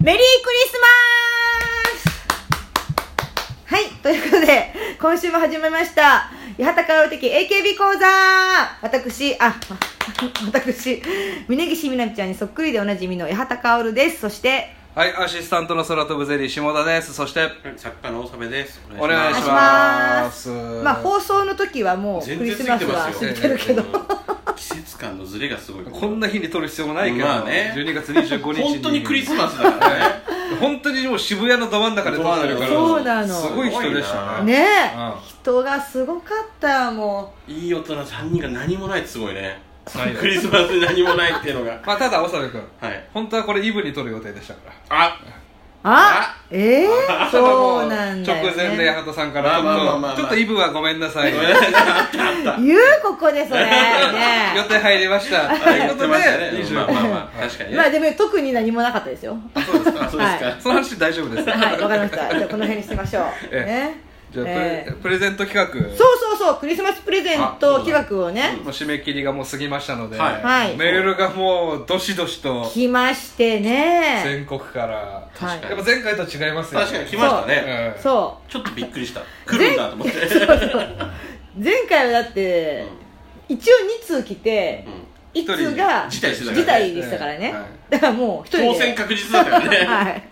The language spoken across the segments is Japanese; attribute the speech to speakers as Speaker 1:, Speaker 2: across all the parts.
Speaker 1: メリークリスマスはい、ということで、今週も始めました、八幡薫的 AKB 講座私、あ、 私、峯岸みなみちゃんにそっくりでおなじみの八幡薫です。そして、
Speaker 2: はい、アシスタントの空飛ぶゼリー下田です。そして、
Speaker 3: 作家の大めです
Speaker 2: お願いし
Speaker 1: お願いしま
Speaker 2: ますす。
Speaker 1: まあ、放送の時はもう
Speaker 3: 全
Speaker 1: ク
Speaker 3: 然
Speaker 1: リスマスは
Speaker 3: 過
Speaker 1: 過ぎ
Speaker 3: ぎ
Speaker 1: て
Speaker 2: て
Speaker 1: る
Speaker 2: ます
Speaker 1: け
Speaker 2: よ
Speaker 1: ど、
Speaker 3: 季節感のズレがすごい
Speaker 2: こんな日に撮る必要もないけど、
Speaker 3: まあね
Speaker 2: 12月25日に。
Speaker 3: 本当にクリスマスだか らね
Speaker 2: 本当にもう渋谷のど真ん中で撮ってるから。
Speaker 1: そうなの
Speaker 2: すごい人でしたね。
Speaker 1: ねえ、
Speaker 2: うん
Speaker 1: 人がすごかったよ、も
Speaker 3: いい大人3人が何もないってすごいね
Speaker 2: 何が
Speaker 3: クリスマスに何もないっていうのが
Speaker 2: まあ、ただ、長部君、
Speaker 3: はい
Speaker 2: 本当はこれイブに撮る予定でしたから。
Speaker 3: あ
Speaker 1: う。あえー、
Speaker 2: ただも
Speaker 1: そうなんだよ、ね。
Speaker 2: 直前で八幡さんから、ちょ
Speaker 3: まあまあまあま
Speaker 2: っ
Speaker 3: あ
Speaker 2: と、ちょっとイブはごめんなさい。
Speaker 1: 言う、ここでそれ。ね
Speaker 2: 予定入りました。と
Speaker 3: あ
Speaker 2: い
Speaker 3: 言
Speaker 2: うこ
Speaker 3: って
Speaker 2: と
Speaker 3: ま
Speaker 2: で
Speaker 3: したね、まあまあ
Speaker 2: 25。
Speaker 3: まあ確かにね、
Speaker 1: まあでも特に何もなかったですよ。
Speaker 3: そうですかそうですか、
Speaker 1: は
Speaker 2: その話大丈夫です。
Speaker 1: はい、わかりました。じゃあこの辺にしましょう。
Speaker 2: ええ
Speaker 1: ね。
Speaker 2: じゃあプレ、
Speaker 1: えー
Speaker 2: プレゼント企画。
Speaker 1: そうそうそう、クリスマスプレゼント企画をね、
Speaker 2: もう締め切りがもう過ぎましたので、
Speaker 3: はい
Speaker 1: はい
Speaker 2: メールがもうどしどしと
Speaker 1: 来ましてね。
Speaker 2: 全国から、
Speaker 1: はい
Speaker 2: やっぱ前回と違いますよね
Speaker 3: 確かに来ましたね
Speaker 2: ええ
Speaker 1: そ
Speaker 3: ちょっとびっくりした来るんだと思って
Speaker 1: う。そうそう。前回はだって、一応2通来て
Speaker 3: う、ん
Speaker 1: 1通が
Speaker 3: 辞退してたから
Speaker 1: 辞
Speaker 3: ね
Speaker 1: 退でしたからね
Speaker 2: はい。
Speaker 1: だからもう1人で。
Speaker 3: 当選確実だったよね、
Speaker 1: はい。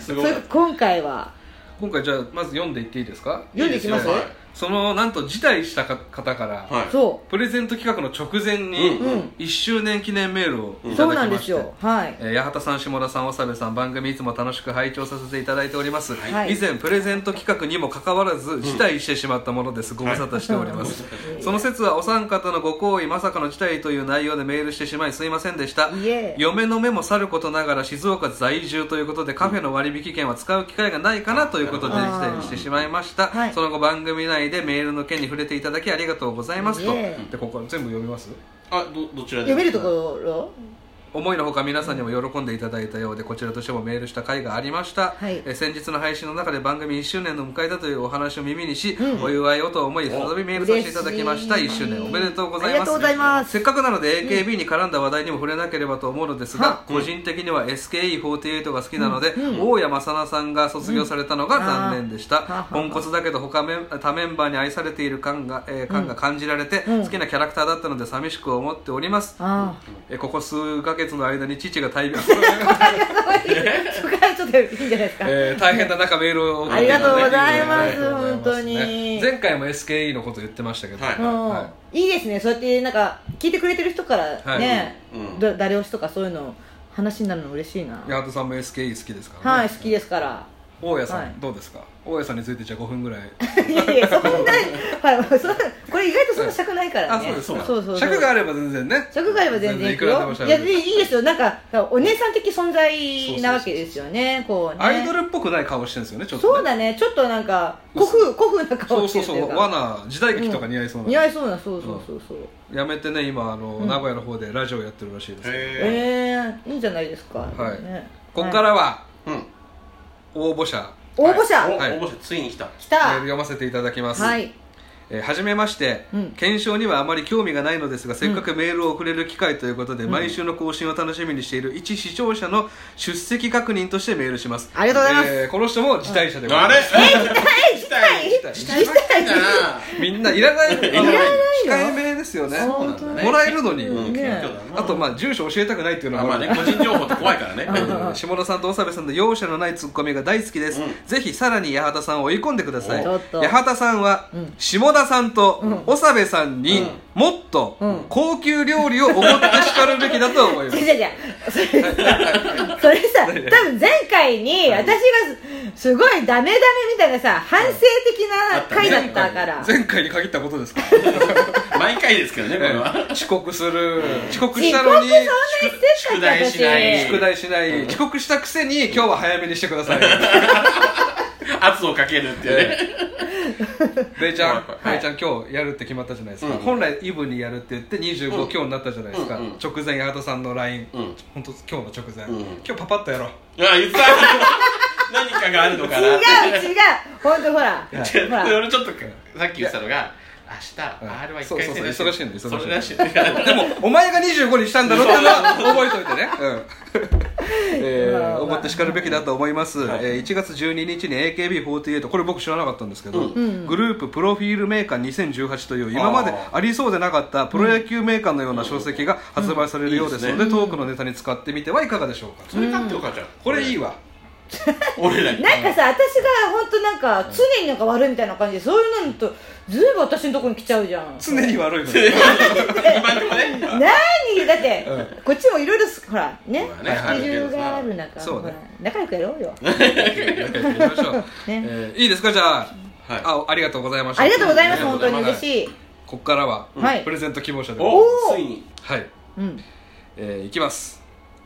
Speaker 3: す
Speaker 1: そ
Speaker 3: ごい
Speaker 1: れ今回は、
Speaker 2: 今回じゃあまず読んでいっていいですか
Speaker 1: 読んでいきます
Speaker 3: いいですよ
Speaker 2: そのなんと辞退したか方から、
Speaker 3: はい
Speaker 1: そ
Speaker 2: プレゼント企画の直前に
Speaker 3: うん
Speaker 1: うん
Speaker 2: 1周年記念メールを
Speaker 1: う。そ
Speaker 2: いた
Speaker 1: う
Speaker 2: だ
Speaker 1: な
Speaker 2: き
Speaker 1: んで
Speaker 2: ま
Speaker 1: す
Speaker 2: して、
Speaker 1: よ。はい。
Speaker 2: えー八幡さん、下田さん、長部さん番組いつも楽しく拝聴させていただいております、
Speaker 1: はい
Speaker 2: 以前プレゼント企画にもかかわらず辞退してしまったものです、ご無沙汰しており ます、その説はお三方のご好意まさかの事態という内容でメールしてしまいすいませんでした
Speaker 1: いえ
Speaker 2: 嫁の目もさることながら静岡在住ということでカフェの割引券は使う機会がないかなということで
Speaker 1: う
Speaker 2: 辞
Speaker 1: ん
Speaker 2: 退してしまいました、
Speaker 1: はい
Speaker 2: その後番組内でメールの件に触れていただきありがとうございますと
Speaker 1: いえ
Speaker 2: でここ全部読みます
Speaker 3: あどどちらで
Speaker 1: 読めるところ
Speaker 2: 思いのほか皆さんにも喜んでいただいたようでこちらとしてもメールした回がありました、
Speaker 1: はい
Speaker 2: え先日の配信の中で番組1周年の迎えたというお話を耳にし、
Speaker 1: うん
Speaker 2: お祝いをと思い再びメールさせていただきました1
Speaker 1: 嬉しい
Speaker 2: 周年おめでとうございます
Speaker 1: ありがとうございます
Speaker 2: せっかくなので AKB に絡んだ話題にも触れなければと思うのですが
Speaker 1: は、
Speaker 2: 個人的には SKE48 が好きなので、
Speaker 1: うん
Speaker 2: 大山さなさんが卒業されたのが残念でした、
Speaker 1: うんあー
Speaker 2: ポンコツだけど他メン他メンバーに愛されている感が,、えー感が感じられて、
Speaker 1: うん
Speaker 2: 好きなキャラクターだったので寂しく思っております、
Speaker 1: あ
Speaker 2: えここ数ヶ月の間に父が大病、
Speaker 1: あ。そこからちょっといいんじゃないですか。
Speaker 2: えー大変な中メールを送っていただて
Speaker 1: ありがとうございます
Speaker 2: ありがとうございます
Speaker 1: 本当に
Speaker 2: 前回も SKE のこと言ってましたけど、
Speaker 3: はい
Speaker 1: うん、
Speaker 2: はい
Speaker 1: いですねそうやってなんか聞いてくれてる人からね、
Speaker 3: はいうん
Speaker 1: だ誰推しとかそういうの話になるの嬉しいな
Speaker 2: 八幡さんも SKE 好きですから、
Speaker 1: はい好きですから
Speaker 2: 大家さん、
Speaker 1: はい
Speaker 2: どうですか大家さんについてじゃあ5分ぐらい、
Speaker 1: いやいやそんなに、はい、そんなこれ意外とそんな尺ないからね
Speaker 2: あそうです
Speaker 1: そう
Speaker 2: か
Speaker 1: そうそう
Speaker 2: 尺があれば全然ね
Speaker 1: 尺があれば全然い
Speaker 2: い
Speaker 1: く
Speaker 2: くら
Speaker 1: よ
Speaker 2: でもしゃ
Speaker 1: いや
Speaker 2: べ
Speaker 1: で
Speaker 2: る
Speaker 1: いいですよなんかお姉さん的存在なわけですよねこうね
Speaker 2: アイドルっぽくない顔してるんですよねちょっとね
Speaker 1: そうだねちょっとなんか古風古風な
Speaker 2: そ
Speaker 1: 顔
Speaker 2: う
Speaker 1: して
Speaker 2: そう
Speaker 1: ると
Speaker 2: そ
Speaker 1: いう
Speaker 2: う
Speaker 1: か
Speaker 2: わな時代劇とか似合いそうな、
Speaker 1: 似合いそうなそうそうそうそう、
Speaker 2: やめてね今あの、名古屋の方でラジオやってるらしいです、
Speaker 3: へ
Speaker 1: ええいいんじゃないですか、
Speaker 2: はい
Speaker 1: ね
Speaker 2: ここからは
Speaker 3: ーうん
Speaker 2: 応募者
Speaker 1: 応募者、
Speaker 3: お応
Speaker 2: はい
Speaker 3: 募者ついに来た
Speaker 1: 来
Speaker 2: メール
Speaker 1: た
Speaker 2: 読ませていただきます、
Speaker 1: はい
Speaker 2: えーはじめまして、
Speaker 1: うん
Speaker 2: 検証にはあまり興味がないのですがせっかくメールを送れる機会ということで、毎週の更新を楽しみにしている一視聴者の出席確認としてメールします
Speaker 1: ありがとうございます
Speaker 2: えーこの人も辞退者でござい
Speaker 3: あ
Speaker 2: ま
Speaker 3: れ
Speaker 2: す、
Speaker 3: え来た
Speaker 2: た
Speaker 3: い
Speaker 2: い
Speaker 3: 来たい来たいな
Speaker 2: みんないらないい
Speaker 3: らないよ
Speaker 2: 控えめですよね
Speaker 1: そう
Speaker 3: なんだね
Speaker 2: もらえるのに、
Speaker 3: うん
Speaker 1: ね
Speaker 3: 謙虚だな
Speaker 2: あとまあ住所教えたくないっていうの
Speaker 3: ま
Speaker 2: は
Speaker 3: あまあね個人情報って怖いからね
Speaker 2: うん下田さんと長部さんの容赦のないツッコミが大好きです、
Speaker 3: うん
Speaker 2: ぜひさらに八幡さんを追い込んでください
Speaker 1: ちょっと
Speaker 2: 八幡さんは
Speaker 1: うん
Speaker 2: 下田さんと
Speaker 1: うん
Speaker 2: 長部さん
Speaker 3: う
Speaker 2: に
Speaker 3: ん
Speaker 2: もっと
Speaker 1: うん
Speaker 2: 高級料理をおごって叱るべきだと思いま
Speaker 1: じゃ
Speaker 2: す
Speaker 1: じゃじゃそれさそれさ多分前回に私がすすごいダメダメみたいなさ反省的な回だったから
Speaker 2: 前回に限ったことですか
Speaker 3: 毎回ですけどねこれは
Speaker 2: 遅刻する遅刻し
Speaker 1: 遅
Speaker 2: た
Speaker 1: 刻そ
Speaker 2: の
Speaker 1: ん
Speaker 2: に
Speaker 1: なにしてたっけ
Speaker 3: 宿題しない
Speaker 1: 私
Speaker 2: 宿題しない遅刻したくせに今日は早めにしてください
Speaker 3: 圧をかけるっていうね
Speaker 2: ベイちゃん
Speaker 3: はい
Speaker 2: ベイちゃん今日やるって決まったじゃないですか
Speaker 3: うん
Speaker 2: 本来イブにやるって言って25
Speaker 3: う
Speaker 2: 今
Speaker 3: ん
Speaker 2: 日になったじゃないですか
Speaker 3: うんうん
Speaker 2: 直前八幡さんの LINE
Speaker 3: うん
Speaker 2: 本当今日の直前、
Speaker 3: うん
Speaker 2: 今日パパッとやろう
Speaker 3: あ言った何かがあるのかな
Speaker 1: 違う違う本当ほら
Speaker 2: はい
Speaker 3: 違う
Speaker 1: ほら
Speaker 3: 俺ちょっとさっき言ってたのが明日 R は一
Speaker 2: そう
Speaker 3: 回
Speaker 2: そう
Speaker 3: 戦
Speaker 2: そう
Speaker 3: ら
Speaker 2: 忙しいんで
Speaker 3: それ
Speaker 2: 忙
Speaker 3: ら
Speaker 2: し
Speaker 3: し
Speaker 2: い
Speaker 3: い
Speaker 2: んででもお前が25にしたんだろっていうのは覚えといてね、うん え
Speaker 1: まあま
Speaker 2: ー、
Speaker 1: あ
Speaker 2: 思ってしかるべきだと思います、
Speaker 3: はい
Speaker 2: えー1月12日に AKB48 これ僕知らなかったんですけど、
Speaker 3: うん
Speaker 2: グループプロフィールメーカー2018という今までありそうでなかったプロ野球メーカーのような書籍が発売されるようですので、
Speaker 3: うん
Speaker 2: トークのネタに使ってみてはいかがでしょうか、
Speaker 3: それ買ってよかちゃん
Speaker 2: これいいわ
Speaker 3: 俺らに
Speaker 1: なんかさ私が本当なんか常になんか悪いみたいな感じでそういうのとずいぶん私のところに来ちゃうじゃん
Speaker 2: 常に悪いのに
Speaker 3: 今のとこね
Speaker 1: 何だって、
Speaker 2: う
Speaker 1: こっちもいろいろほらね
Speaker 3: ほらね
Speaker 1: スケジュールがある中、
Speaker 2: そうね
Speaker 1: ほら仲良くやろうよ
Speaker 2: やっていきましょう、えーいいですかじゃあ,、
Speaker 3: はい
Speaker 2: あありがとうございました
Speaker 1: ありがとうございます
Speaker 2: ありが
Speaker 1: 本
Speaker 2: と
Speaker 1: 当
Speaker 2: うござ
Speaker 1: に
Speaker 2: ま
Speaker 1: 嬉
Speaker 2: す
Speaker 1: し、
Speaker 2: はいここからは、
Speaker 1: はい
Speaker 2: プレゼント希望者で
Speaker 3: お
Speaker 1: おー
Speaker 3: ついに
Speaker 2: はい、
Speaker 1: うん
Speaker 2: えーいきます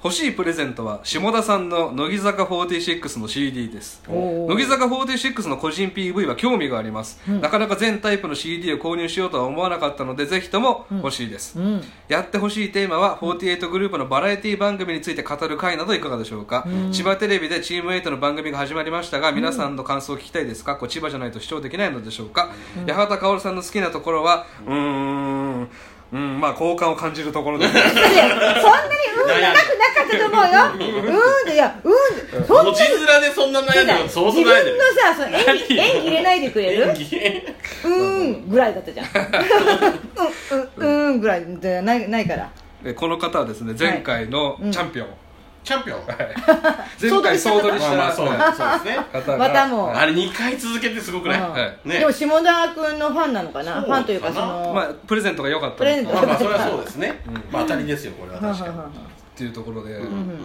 Speaker 2: 欲しいプレゼントは下田さんの乃木坂46の CD です
Speaker 1: おー
Speaker 2: 乃木坂46の個人 PV は興味があります、なかなか全タイプの CD を購入しようとは思わなかったのでぜひとも欲しいです、
Speaker 1: うん
Speaker 2: やってほしいテーマは48グループのバラエティ番組について語る回などいかがでしょうか、千葉テレビでチーム8の番組が始まりましたが皆さんの感想を聞きたいですかこう千葉じゃないと視聴できないのでしょうか、八幡薫さんの好きなところはうーんうんまあ好感を感じるところです
Speaker 1: そんなに運がなくなかったと思うようんでいやうんでそん
Speaker 3: 文
Speaker 1: な
Speaker 3: 字面でそんな悩んでるの
Speaker 1: 自
Speaker 3: 想像
Speaker 1: 分
Speaker 3: ないでる
Speaker 1: のさその演技演技入れないでくれるうんぐらいだったじゃんうんうんうんぐらいじゃないないから
Speaker 2: えこの方はですね前回のチャンピオン、
Speaker 3: チャンピオン
Speaker 2: 前回総取りし
Speaker 3: まあまあ
Speaker 2: た
Speaker 3: そう
Speaker 2: はい
Speaker 3: そうですね
Speaker 2: 方が
Speaker 1: またもう
Speaker 2: はい
Speaker 3: あれ2回続けてすごくない
Speaker 1: うん
Speaker 2: はい
Speaker 3: ね
Speaker 1: でも下田君のファンなのかな
Speaker 3: そう
Speaker 1: ファンというか
Speaker 3: か
Speaker 1: そ
Speaker 3: な
Speaker 1: の、
Speaker 2: まあプレゼントが良かった
Speaker 1: プレゼント
Speaker 2: っ
Speaker 3: まあまあそれはそうですねまあ当たりですよこれは
Speaker 1: はん
Speaker 3: 確
Speaker 1: はんは
Speaker 3: か
Speaker 1: んはん
Speaker 2: ていうところで、
Speaker 3: にうん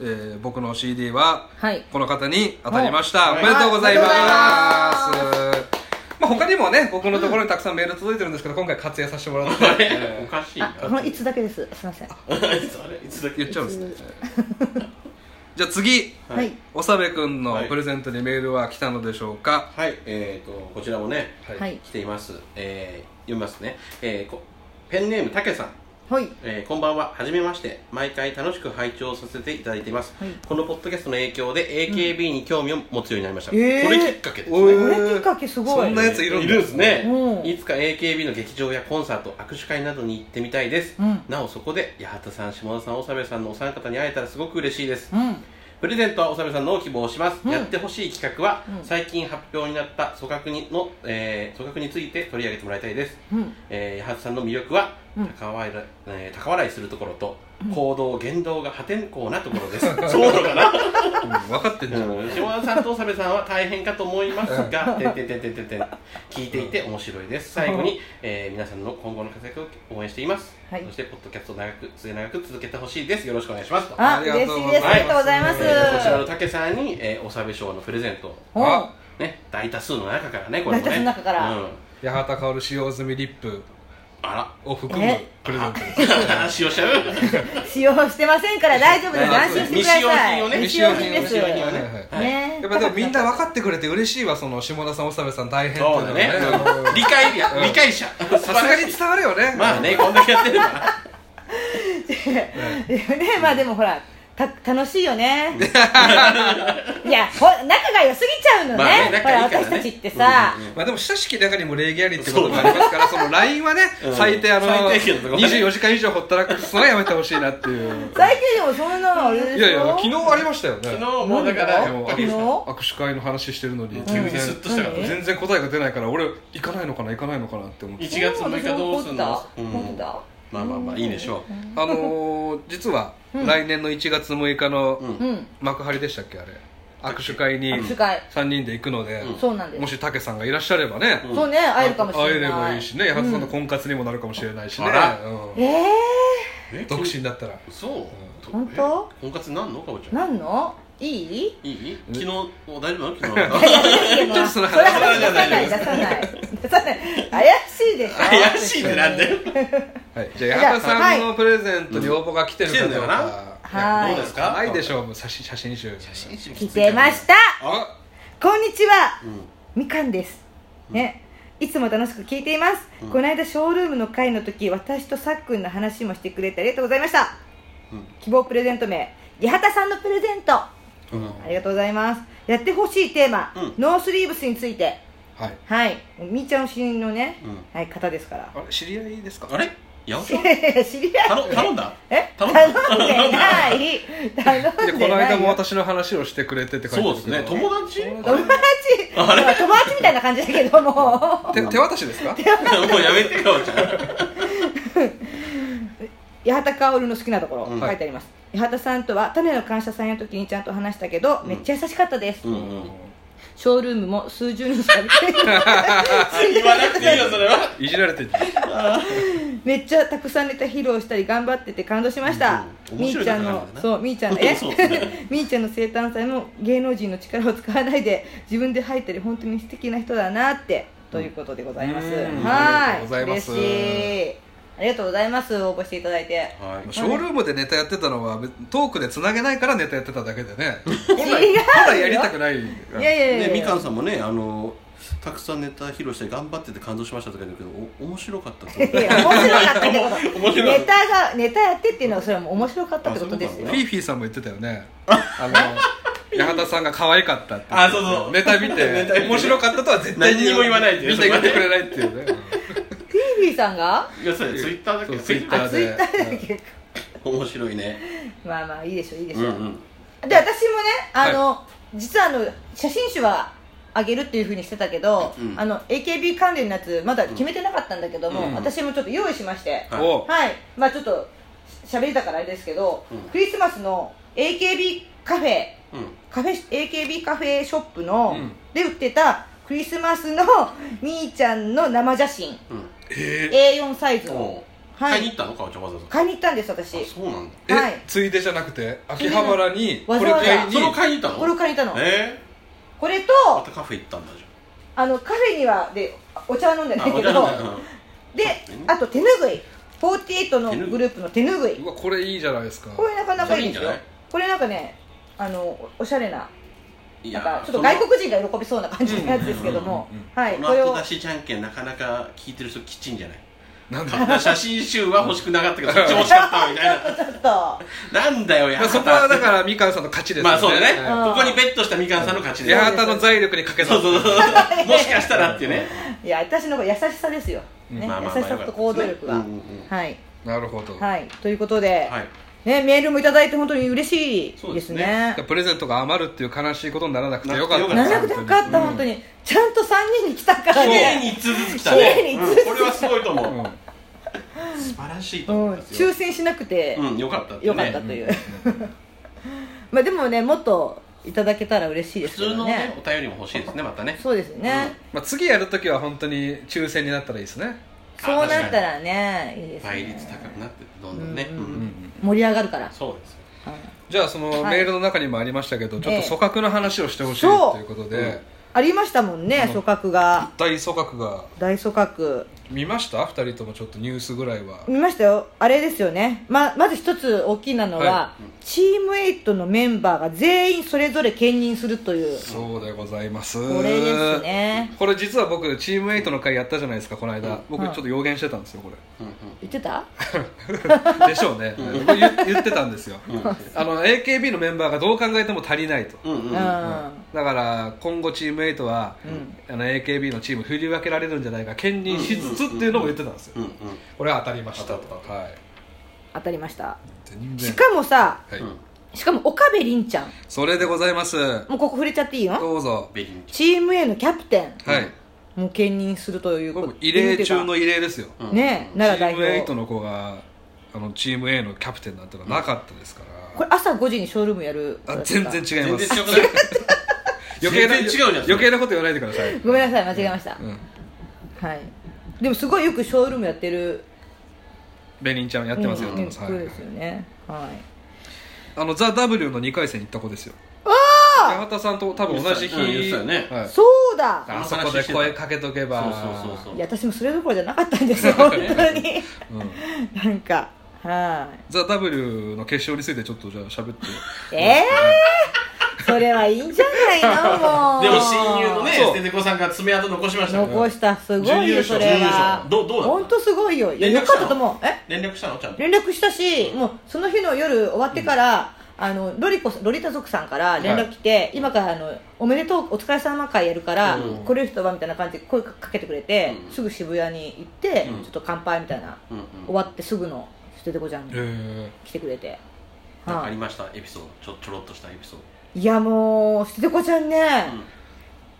Speaker 2: えー僕の CD は
Speaker 1: はい
Speaker 2: この方に当たりました、
Speaker 3: はい
Speaker 2: おめでとうございます
Speaker 1: ありがとうご
Speaker 2: まあ、他にもね僕のところにたくさんメール届いてるんですけど今回活躍させてもらって、
Speaker 3: あれお
Speaker 2: え
Speaker 3: かしいな
Speaker 1: あこのいつだけですすいませんは
Speaker 3: あれいつだっ
Speaker 2: ー
Speaker 3: け
Speaker 2: 言っちゃうんですね じゃあ次
Speaker 1: い、
Speaker 3: はい
Speaker 2: 長部君のプレゼントにメールは来たのでしょうか、
Speaker 3: はいえっとこちらもね
Speaker 2: は
Speaker 1: はい
Speaker 3: 来ていますえー読みますねえーこペンネームたけさん
Speaker 1: はい
Speaker 3: えーこんばんは、はじめまして。毎回楽しく拝聴させていただいています。
Speaker 1: はい
Speaker 3: このポッドキャストの影響で AKB に興味を持つようになりました。
Speaker 1: うんえー
Speaker 3: これきっかけです
Speaker 2: おい
Speaker 3: ね。
Speaker 1: これきっかけすご
Speaker 2: そ
Speaker 1: い
Speaker 2: んなやついるんだ
Speaker 3: いるんですね、
Speaker 1: うん
Speaker 3: いつか AKB の劇場やコンサート、握手会などに行ってみたいです。
Speaker 1: うん
Speaker 3: なおそこで、八幡さん、下田さん、長部さんのお三方に会えたらすごく嬉しいです。
Speaker 1: うん
Speaker 3: プレゼントはおさめさんのを希望します、
Speaker 1: うん
Speaker 3: やってほしい企画は、
Speaker 1: うん
Speaker 3: 最近発表になった組閣にの、えー組閣について取り上げてもらいたいです、
Speaker 1: うん
Speaker 3: えー、八幡さんの魅力は、
Speaker 1: うん
Speaker 3: 高笑いえー高笑いするところと、行動言動が破天荒なところです そうなのか
Speaker 2: う
Speaker 3: な、
Speaker 2: ん分かってんじゃん、
Speaker 3: うん、下田さんとおさめさんは大変かと思いますがてんてんてんてんてんてん聞いていて面白いです最後に、えー皆さんの今後の活躍を応援しています、
Speaker 1: はい
Speaker 3: そしてポッドキャストを長く末永く続けてほしいですよろしくお願いしますと
Speaker 1: あ
Speaker 2: ありが
Speaker 1: 嬉し
Speaker 2: とう
Speaker 1: い
Speaker 2: ご
Speaker 1: で
Speaker 2: ざいま
Speaker 1: すあ
Speaker 2: す
Speaker 1: りがとうございます、
Speaker 3: えーこちらの竹さんに、えー、おさべ賞のプレゼントを、
Speaker 1: お
Speaker 2: あ
Speaker 3: ね、大多数の中からね、これもね。
Speaker 1: 大多数の中から
Speaker 3: うん、
Speaker 2: 八幡薫使用済みリップ
Speaker 3: あ
Speaker 2: を含む
Speaker 1: え
Speaker 2: プレゼントです
Speaker 3: ら、話をしちゃう。
Speaker 1: 使用してませんから大丈夫です
Speaker 2: あ
Speaker 1: 安心してください
Speaker 3: 未
Speaker 2: 使用品をね
Speaker 1: 未使
Speaker 2: 未
Speaker 1: 用
Speaker 2: 使
Speaker 1: 品
Speaker 2: 用
Speaker 1: で
Speaker 2: 品
Speaker 1: す
Speaker 2: をね
Speaker 3: はい
Speaker 1: ね
Speaker 2: やっぱでもみんな分かってくれて嬉しいわその下田さん、長部さん大変っていうの
Speaker 3: そ
Speaker 2: は
Speaker 3: うだね。
Speaker 2: う
Speaker 3: うん
Speaker 2: ん
Speaker 3: 理解や、
Speaker 2: うん
Speaker 3: 理解者。さす
Speaker 2: さすがに伝わるよね。
Speaker 3: まあね、こんだけやってるから。
Speaker 1: でもねまあでもほらた楽しいよねいやほ仲が良すぎちゃうのね,、
Speaker 3: まあね仲いい
Speaker 1: ほ
Speaker 3: か
Speaker 1: ら
Speaker 3: らね
Speaker 1: 私たちってさ、
Speaker 3: うんうんうん
Speaker 2: まあでも親しき中にも礼儀ありってことがありますから、その LINE はね
Speaker 3: うん、
Speaker 2: 最低あの、
Speaker 3: 最低限のとこね
Speaker 2: 24時間以上ほったらかすのはやめてほしいなっていう。
Speaker 1: 最近でも そんなのあれでしょ
Speaker 2: いやいや、昨日ありましたよね。
Speaker 3: 昨日もうだから、
Speaker 1: なん
Speaker 2: も
Speaker 1: だ
Speaker 2: う
Speaker 3: やっぱ
Speaker 1: 昨
Speaker 3: り
Speaker 1: 日
Speaker 2: 握手会の話してるのに、
Speaker 3: 急にスッとしたから
Speaker 1: うん
Speaker 3: ね。
Speaker 2: 全然答えが出ないから、俺、行かないのかな、行かないのかなって思って。
Speaker 3: 1月6日どうすんの
Speaker 1: う
Speaker 3: うんん
Speaker 1: 怒った
Speaker 3: まあまあまあ、いいでしょ
Speaker 2: あのー、実は、
Speaker 1: うん
Speaker 2: 来年の1月6日
Speaker 3: う。う。
Speaker 2: の
Speaker 1: うんん
Speaker 2: 幕張でしたっけ、あれ。握手会に
Speaker 1: 握手会
Speaker 2: 3人で行くので、
Speaker 3: うん
Speaker 1: そうなんです
Speaker 2: もし武さんがいらっしゃればね、
Speaker 3: うん
Speaker 1: そうね会えるかもしれない
Speaker 2: 会えればいいしね八幡さんの
Speaker 1: うん
Speaker 2: 婚活にもなるかもしれないしね、
Speaker 3: あら
Speaker 2: うん
Speaker 1: ええ
Speaker 3: え
Speaker 2: 独。身だったら
Speaker 3: そう。
Speaker 1: 本当
Speaker 3: え婚活なんのかおちゃん。
Speaker 1: なんのいい
Speaker 3: いい昨日、もう大丈夫なの昨
Speaker 1: ち
Speaker 3: 日。
Speaker 1: ょ
Speaker 2: っとその話
Speaker 1: 話出さない出さない出さない怪しいでしょ
Speaker 3: 怪しいね、なんで。
Speaker 2: はい、じゃあ八幡さん
Speaker 1: は
Speaker 2: のプレゼントに応募が来てるかどうか
Speaker 1: 来てんだよなはい
Speaker 3: どうですか
Speaker 2: 可愛いでしょうもう写真写真集写真集
Speaker 1: 来てました
Speaker 2: あ
Speaker 1: こんにちは
Speaker 3: うん。
Speaker 1: みかんですねいつも楽しく聞いています、
Speaker 3: うん
Speaker 1: この間ショールームの会の時私とさっくんの話もしてくれてありがとうございました
Speaker 3: うん
Speaker 1: 希望プレゼント名八幡さんのプレゼントありがとうございますやってほしいテーマ、
Speaker 3: うん
Speaker 1: ノースリーブスについて
Speaker 2: はい
Speaker 1: はいもうみーちゃんお知りのね、
Speaker 3: うん
Speaker 1: はい、方ですから
Speaker 2: あれ知り合いですか
Speaker 3: あれ八百
Speaker 1: い
Speaker 3: 長
Speaker 1: やいや 知り合い
Speaker 3: 頼頼んだ
Speaker 1: え
Speaker 3: 頼
Speaker 1: 頼
Speaker 3: ん
Speaker 1: ん
Speaker 3: だ
Speaker 1: でない頼んでない
Speaker 2: でこの間も
Speaker 1: 私
Speaker 2: 私の話をしてくれてって書いて
Speaker 3: そ
Speaker 2: あ
Speaker 3: う
Speaker 2: るん
Speaker 3: ですね
Speaker 2: けど
Speaker 3: 友達
Speaker 2: 友
Speaker 1: 友達友達みたいな感じだけども
Speaker 2: 手手渡しですか
Speaker 3: もうやめてよちゃん
Speaker 1: 八幡薫の好きなところ、
Speaker 3: うん
Speaker 1: 書いてあります八幡さんとは種の感謝祭の時にちゃんと話したけど、
Speaker 3: うん
Speaker 1: めっちゃ優しかったです、
Speaker 3: うんうん
Speaker 1: ショールームも数十人しか見てない
Speaker 3: 言わなくていいよそれはい
Speaker 2: じられてる
Speaker 1: めっちゃたくさんネタ披露したり頑張ってて感動しました、
Speaker 3: うん面
Speaker 1: み
Speaker 3: 白
Speaker 1: ー
Speaker 3: い
Speaker 1: ち
Speaker 3: な
Speaker 1: ゃんの
Speaker 3: なんかね
Speaker 1: そうみーちゃんのえ
Speaker 3: そうですね
Speaker 1: みーちゃんの生誕祭も芸能人の力を使わないで自分で入ったり本当に素敵な人だなってということでございます、
Speaker 2: うん
Speaker 1: は
Speaker 2: ありがとう
Speaker 1: い
Speaker 2: ございます
Speaker 1: 嬉しいありがとうございます応募していただいて
Speaker 2: ショールームでネタやってたのはトークでつなげないからネタやってただけで ね本来
Speaker 1: 違うよ
Speaker 2: 本来やりたくない
Speaker 1: いやいやいや
Speaker 3: ね
Speaker 1: いや
Speaker 3: みかんさんもねあのたくさんネタ披露して頑張ってて感動しましたとか言うけどお面白かったって
Speaker 1: いや面白かったってこと
Speaker 3: 面白かっ
Speaker 1: ネ
Speaker 3: た
Speaker 1: タがネタやってっていうのはそれはもう面白かったってことですよ
Speaker 2: フィーフィーさんも言ってたよ ねあの八幡さんが可愛かったって言って
Speaker 3: あそうそう
Speaker 2: ネタ見
Speaker 3: ネタ見
Speaker 2: て
Speaker 3: て
Speaker 2: 面白かったとは絶対
Speaker 3: 何にも言わないってい
Speaker 2: み
Speaker 3: う
Speaker 2: んな言ってくれないっていうね
Speaker 1: フィーフィーさんが
Speaker 3: いやそれツイッターだけ
Speaker 2: そう
Speaker 3: ど
Speaker 2: ツイッタ
Speaker 1: あ
Speaker 2: ー
Speaker 1: ツイッ
Speaker 2: で
Speaker 1: ターだけ
Speaker 3: 面白いね
Speaker 1: まあまあいいでしょういいでしょ
Speaker 3: うん
Speaker 1: う、
Speaker 3: うん
Speaker 1: で私もねあの、実はあの写真集はあげるっていうふうにしてたけど、
Speaker 3: うん
Speaker 1: あの AKB 関連のやつまだ決めてなかったんだけども、
Speaker 2: うん
Speaker 1: 私もちょっと用意しまして、
Speaker 3: はい
Speaker 2: お
Speaker 1: はいまあちょっと喋りたからあれですけど、
Speaker 3: うん
Speaker 1: クリスマスの AKB カフェ
Speaker 3: うん
Speaker 1: カフェ AKB カフェショップの、
Speaker 2: うん
Speaker 1: で売ってたクリスマスのみーちゃんの生写真
Speaker 3: うん
Speaker 2: え
Speaker 1: A4 サイズ
Speaker 3: お
Speaker 1: の
Speaker 3: う
Speaker 1: は
Speaker 3: 買いに行
Speaker 1: い
Speaker 3: ったのかおちゃんわざわざ
Speaker 1: 買いに行ったんです私
Speaker 3: あそうなん
Speaker 2: え
Speaker 3: だ
Speaker 1: はい
Speaker 2: ついでじゃなくて秋葉原に
Speaker 1: わ
Speaker 2: こ
Speaker 1: ざ
Speaker 2: れ
Speaker 1: わざ
Speaker 2: 買いに
Speaker 3: その買いに行ったの
Speaker 1: これを買いに行ったの
Speaker 3: え
Speaker 1: これ
Speaker 3: ーま
Speaker 1: と
Speaker 3: たカフェ行ったんだじゃ
Speaker 1: あのカフェにはでお茶は飲んでなんい
Speaker 3: あお
Speaker 1: け
Speaker 3: 茶
Speaker 1: ど
Speaker 3: 飲 んだよ
Speaker 1: であと手ぬぐい48のグループの手ぬぐいう
Speaker 2: わこれいいじゃないですか
Speaker 1: これなかなかいいです
Speaker 3: そ
Speaker 1: よ
Speaker 3: れいいんじゃない
Speaker 1: これなんかねあのおおしゃれないなん
Speaker 3: や
Speaker 1: かちょっと外国人が喜びそうな感じのやつですけども
Speaker 2: うんうんうん
Speaker 1: はい
Speaker 3: この
Speaker 1: これを
Speaker 3: 後出しじゃんけんなかなか聞いてる人きちんじゃない
Speaker 2: なんだ
Speaker 3: 買った写真集は欲しくなかったけどそっち欲しかったわみたい な
Speaker 1: ちょっと
Speaker 3: なんだよ、や
Speaker 2: まあそこはだからみかんさんの勝ちですよ
Speaker 3: まあそうだね、
Speaker 1: うん
Speaker 3: ここにベットしたみかんさんの勝ちで
Speaker 1: いや
Speaker 2: 八幡の財力にかけた
Speaker 3: そうそうそうもしかしたらっていうね
Speaker 1: いや私の方が優しさですよ、ね
Speaker 3: まあまあまあ
Speaker 1: 優しさと行動力が、
Speaker 3: うんうんうん
Speaker 1: はい
Speaker 2: なるほど
Speaker 1: はいということで、
Speaker 3: はい
Speaker 1: ね、メールもいただいて本当に嬉しいです
Speaker 3: そう
Speaker 1: ね
Speaker 3: ですね
Speaker 2: プレゼントが余るっていう悲しいことにならなくてよかった
Speaker 3: な
Speaker 1: ならなくてよかった、本当にちゃんと3人に来たから
Speaker 3: 綺麗
Speaker 1: ね
Speaker 3: に続きたね
Speaker 1: 綺麗に一続き
Speaker 3: うんこれはすごいと思う、
Speaker 2: うん
Speaker 3: 素晴らしいと
Speaker 1: うん
Speaker 3: 思いますよ
Speaker 1: 抽選しなくて、
Speaker 3: うん、よかったてね
Speaker 1: よかったという、 まあでもねもっといただけたら嬉しいで
Speaker 3: 普
Speaker 1: すけ
Speaker 3: 通
Speaker 1: ど
Speaker 3: のね
Speaker 1: ね、
Speaker 3: お便りも欲しいですね、またね
Speaker 1: そうですね、
Speaker 2: まあ、次やるときは本当に抽選になったらいいですね、
Speaker 3: あ
Speaker 1: そうなったらねいいですね
Speaker 3: 倍率高くなってどんどんね、
Speaker 1: うん
Speaker 3: うん
Speaker 1: 盛り上がるから、
Speaker 3: そうですよ
Speaker 2: じゃあその
Speaker 1: はい
Speaker 2: メールの中にもありましたけど、ちょっと組閣の話をしてほしい
Speaker 1: そう
Speaker 2: ということ
Speaker 3: う
Speaker 2: で
Speaker 3: ん
Speaker 1: ありましたもんね組閣が
Speaker 2: 大組閣が
Speaker 1: 大組閣
Speaker 2: 見ました2人ともちょっとニュースぐらいは
Speaker 1: 見ましたよあれですよねままず一つ大きなのは、
Speaker 2: は
Speaker 1: チームエイトのメンバーが全員それぞれ兼任するという
Speaker 2: そうでございます
Speaker 1: これですね
Speaker 2: これ実は僕チームエイトの会やったじゃないですかこの間、僕ちょっと予言してたんですよこれ
Speaker 3: うんうん
Speaker 1: 言ってた
Speaker 2: でしょうね僕言言ってたんですよあの AKB のメンバーがどう考えても足りないと
Speaker 3: うんうん
Speaker 1: うん、
Speaker 2: だから今後チームエイトは、あの AKB のチーム振り分けられるんじゃないか兼任しつつっていうのも言ってたんですよ、
Speaker 3: うんうん
Speaker 2: これは当たりました
Speaker 3: 当たった
Speaker 2: はい
Speaker 1: 当たりました
Speaker 2: 全
Speaker 1: し
Speaker 2: 然
Speaker 1: かもさ
Speaker 2: はい、
Speaker 3: うん
Speaker 1: しかも岡部凛ちゃん
Speaker 2: それでございます
Speaker 1: もうここ触れちゃっていいよ
Speaker 2: どうぞ
Speaker 3: ベリンチ
Speaker 1: チーム A のキャプテン
Speaker 2: はい
Speaker 1: もう兼任するという
Speaker 2: これ
Speaker 1: こ
Speaker 2: も
Speaker 1: と
Speaker 2: 異例中の異例ですよ
Speaker 3: うん
Speaker 1: ねえ奈良代
Speaker 2: チームエイ
Speaker 1: 表
Speaker 2: トの子があのチーム A のキャプテンなんてのはなかったですか
Speaker 1: こ
Speaker 2: ら、
Speaker 1: れ朝5時にショールームやる
Speaker 2: あ全然違い
Speaker 3: 全
Speaker 2: ます
Speaker 3: 然違くない
Speaker 2: 余計な
Speaker 3: 全然違うじゃん
Speaker 2: 余計なこと言わないでください、
Speaker 1: ごめんなさい間違えました、
Speaker 2: うん、
Speaker 1: はいでもすごいよくショールームやってる
Speaker 2: ベニンちゃんやってますよ、
Speaker 1: う
Speaker 2: うんん
Speaker 1: うんそう
Speaker 2: はい
Speaker 1: ですよねはい
Speaker 2: あのザ・ W の2回戦行った子ですよ八幡さんと多分同じ日、
Speaker 3: うん言ってたよね
Speaker 2: はい、
Speaker 1: そうだ
Speaker 2: あそこで声かけとけば
Speaker 3: そうそうそうそう
Speaker 1: いや私もそれどころじゃなかったんですよ 本当に
Speaker 2: うん
Speaker 1: なんかはい
Speaker 2: ザ・ W の決勝についてちょっとじゃあ喋って
Speaker 1: ええそれはいいんじゃないのもう
Speaker 3: でも親友のね
Speaker 2: そう
Speaker 3: ステテコさんが爪痕残しましたよ
Speaker 1: 残したすご
Speaker 3: 準
Speaker 1: い
Speaker 3: 優
Speaker 1: よ
Speaker 3: 勝
Speaker 1: それは
Speaker 3: 準優勝どうどうだった
Speaker 1: 本当すごいよいや
Speaker 3: 連
Speaker 1: よ
Speaker 3: 絡した
Speaker 1: か
Speaker 3: の
Speaker 1: ったと思うえ
Speaker 3: 連絡したのちゃんと
Speaker 1: 連絡したしもうその日の夜終わってから、あのロリコロリタ族さんから連絡来て、今からあのおめでとうお疲れ様会やるから、
Speaker 3: うん
Speaker 1: 来れる人はみたいな感じで声かけてくれて、
Speaker 3: うん
Speaker 1: すぐ渋谷に行って、
Speaker 3: うん
Speaker 1: ちょっと乾杯みたいな、
Speaker 3: うんうん
Speaker 1: 終わってすぐの捨ててこちゃんに
Speaker 2: え
Speaker 1: 来てくれて、
Speaker 3: なんかあ
Speaker 1: は
Speaker 3: りましたエピソードちょちょろっとしたエピソー
Speaker 1: い、いやもう捨ててこちゃんね、
Speaker 3: ド、うん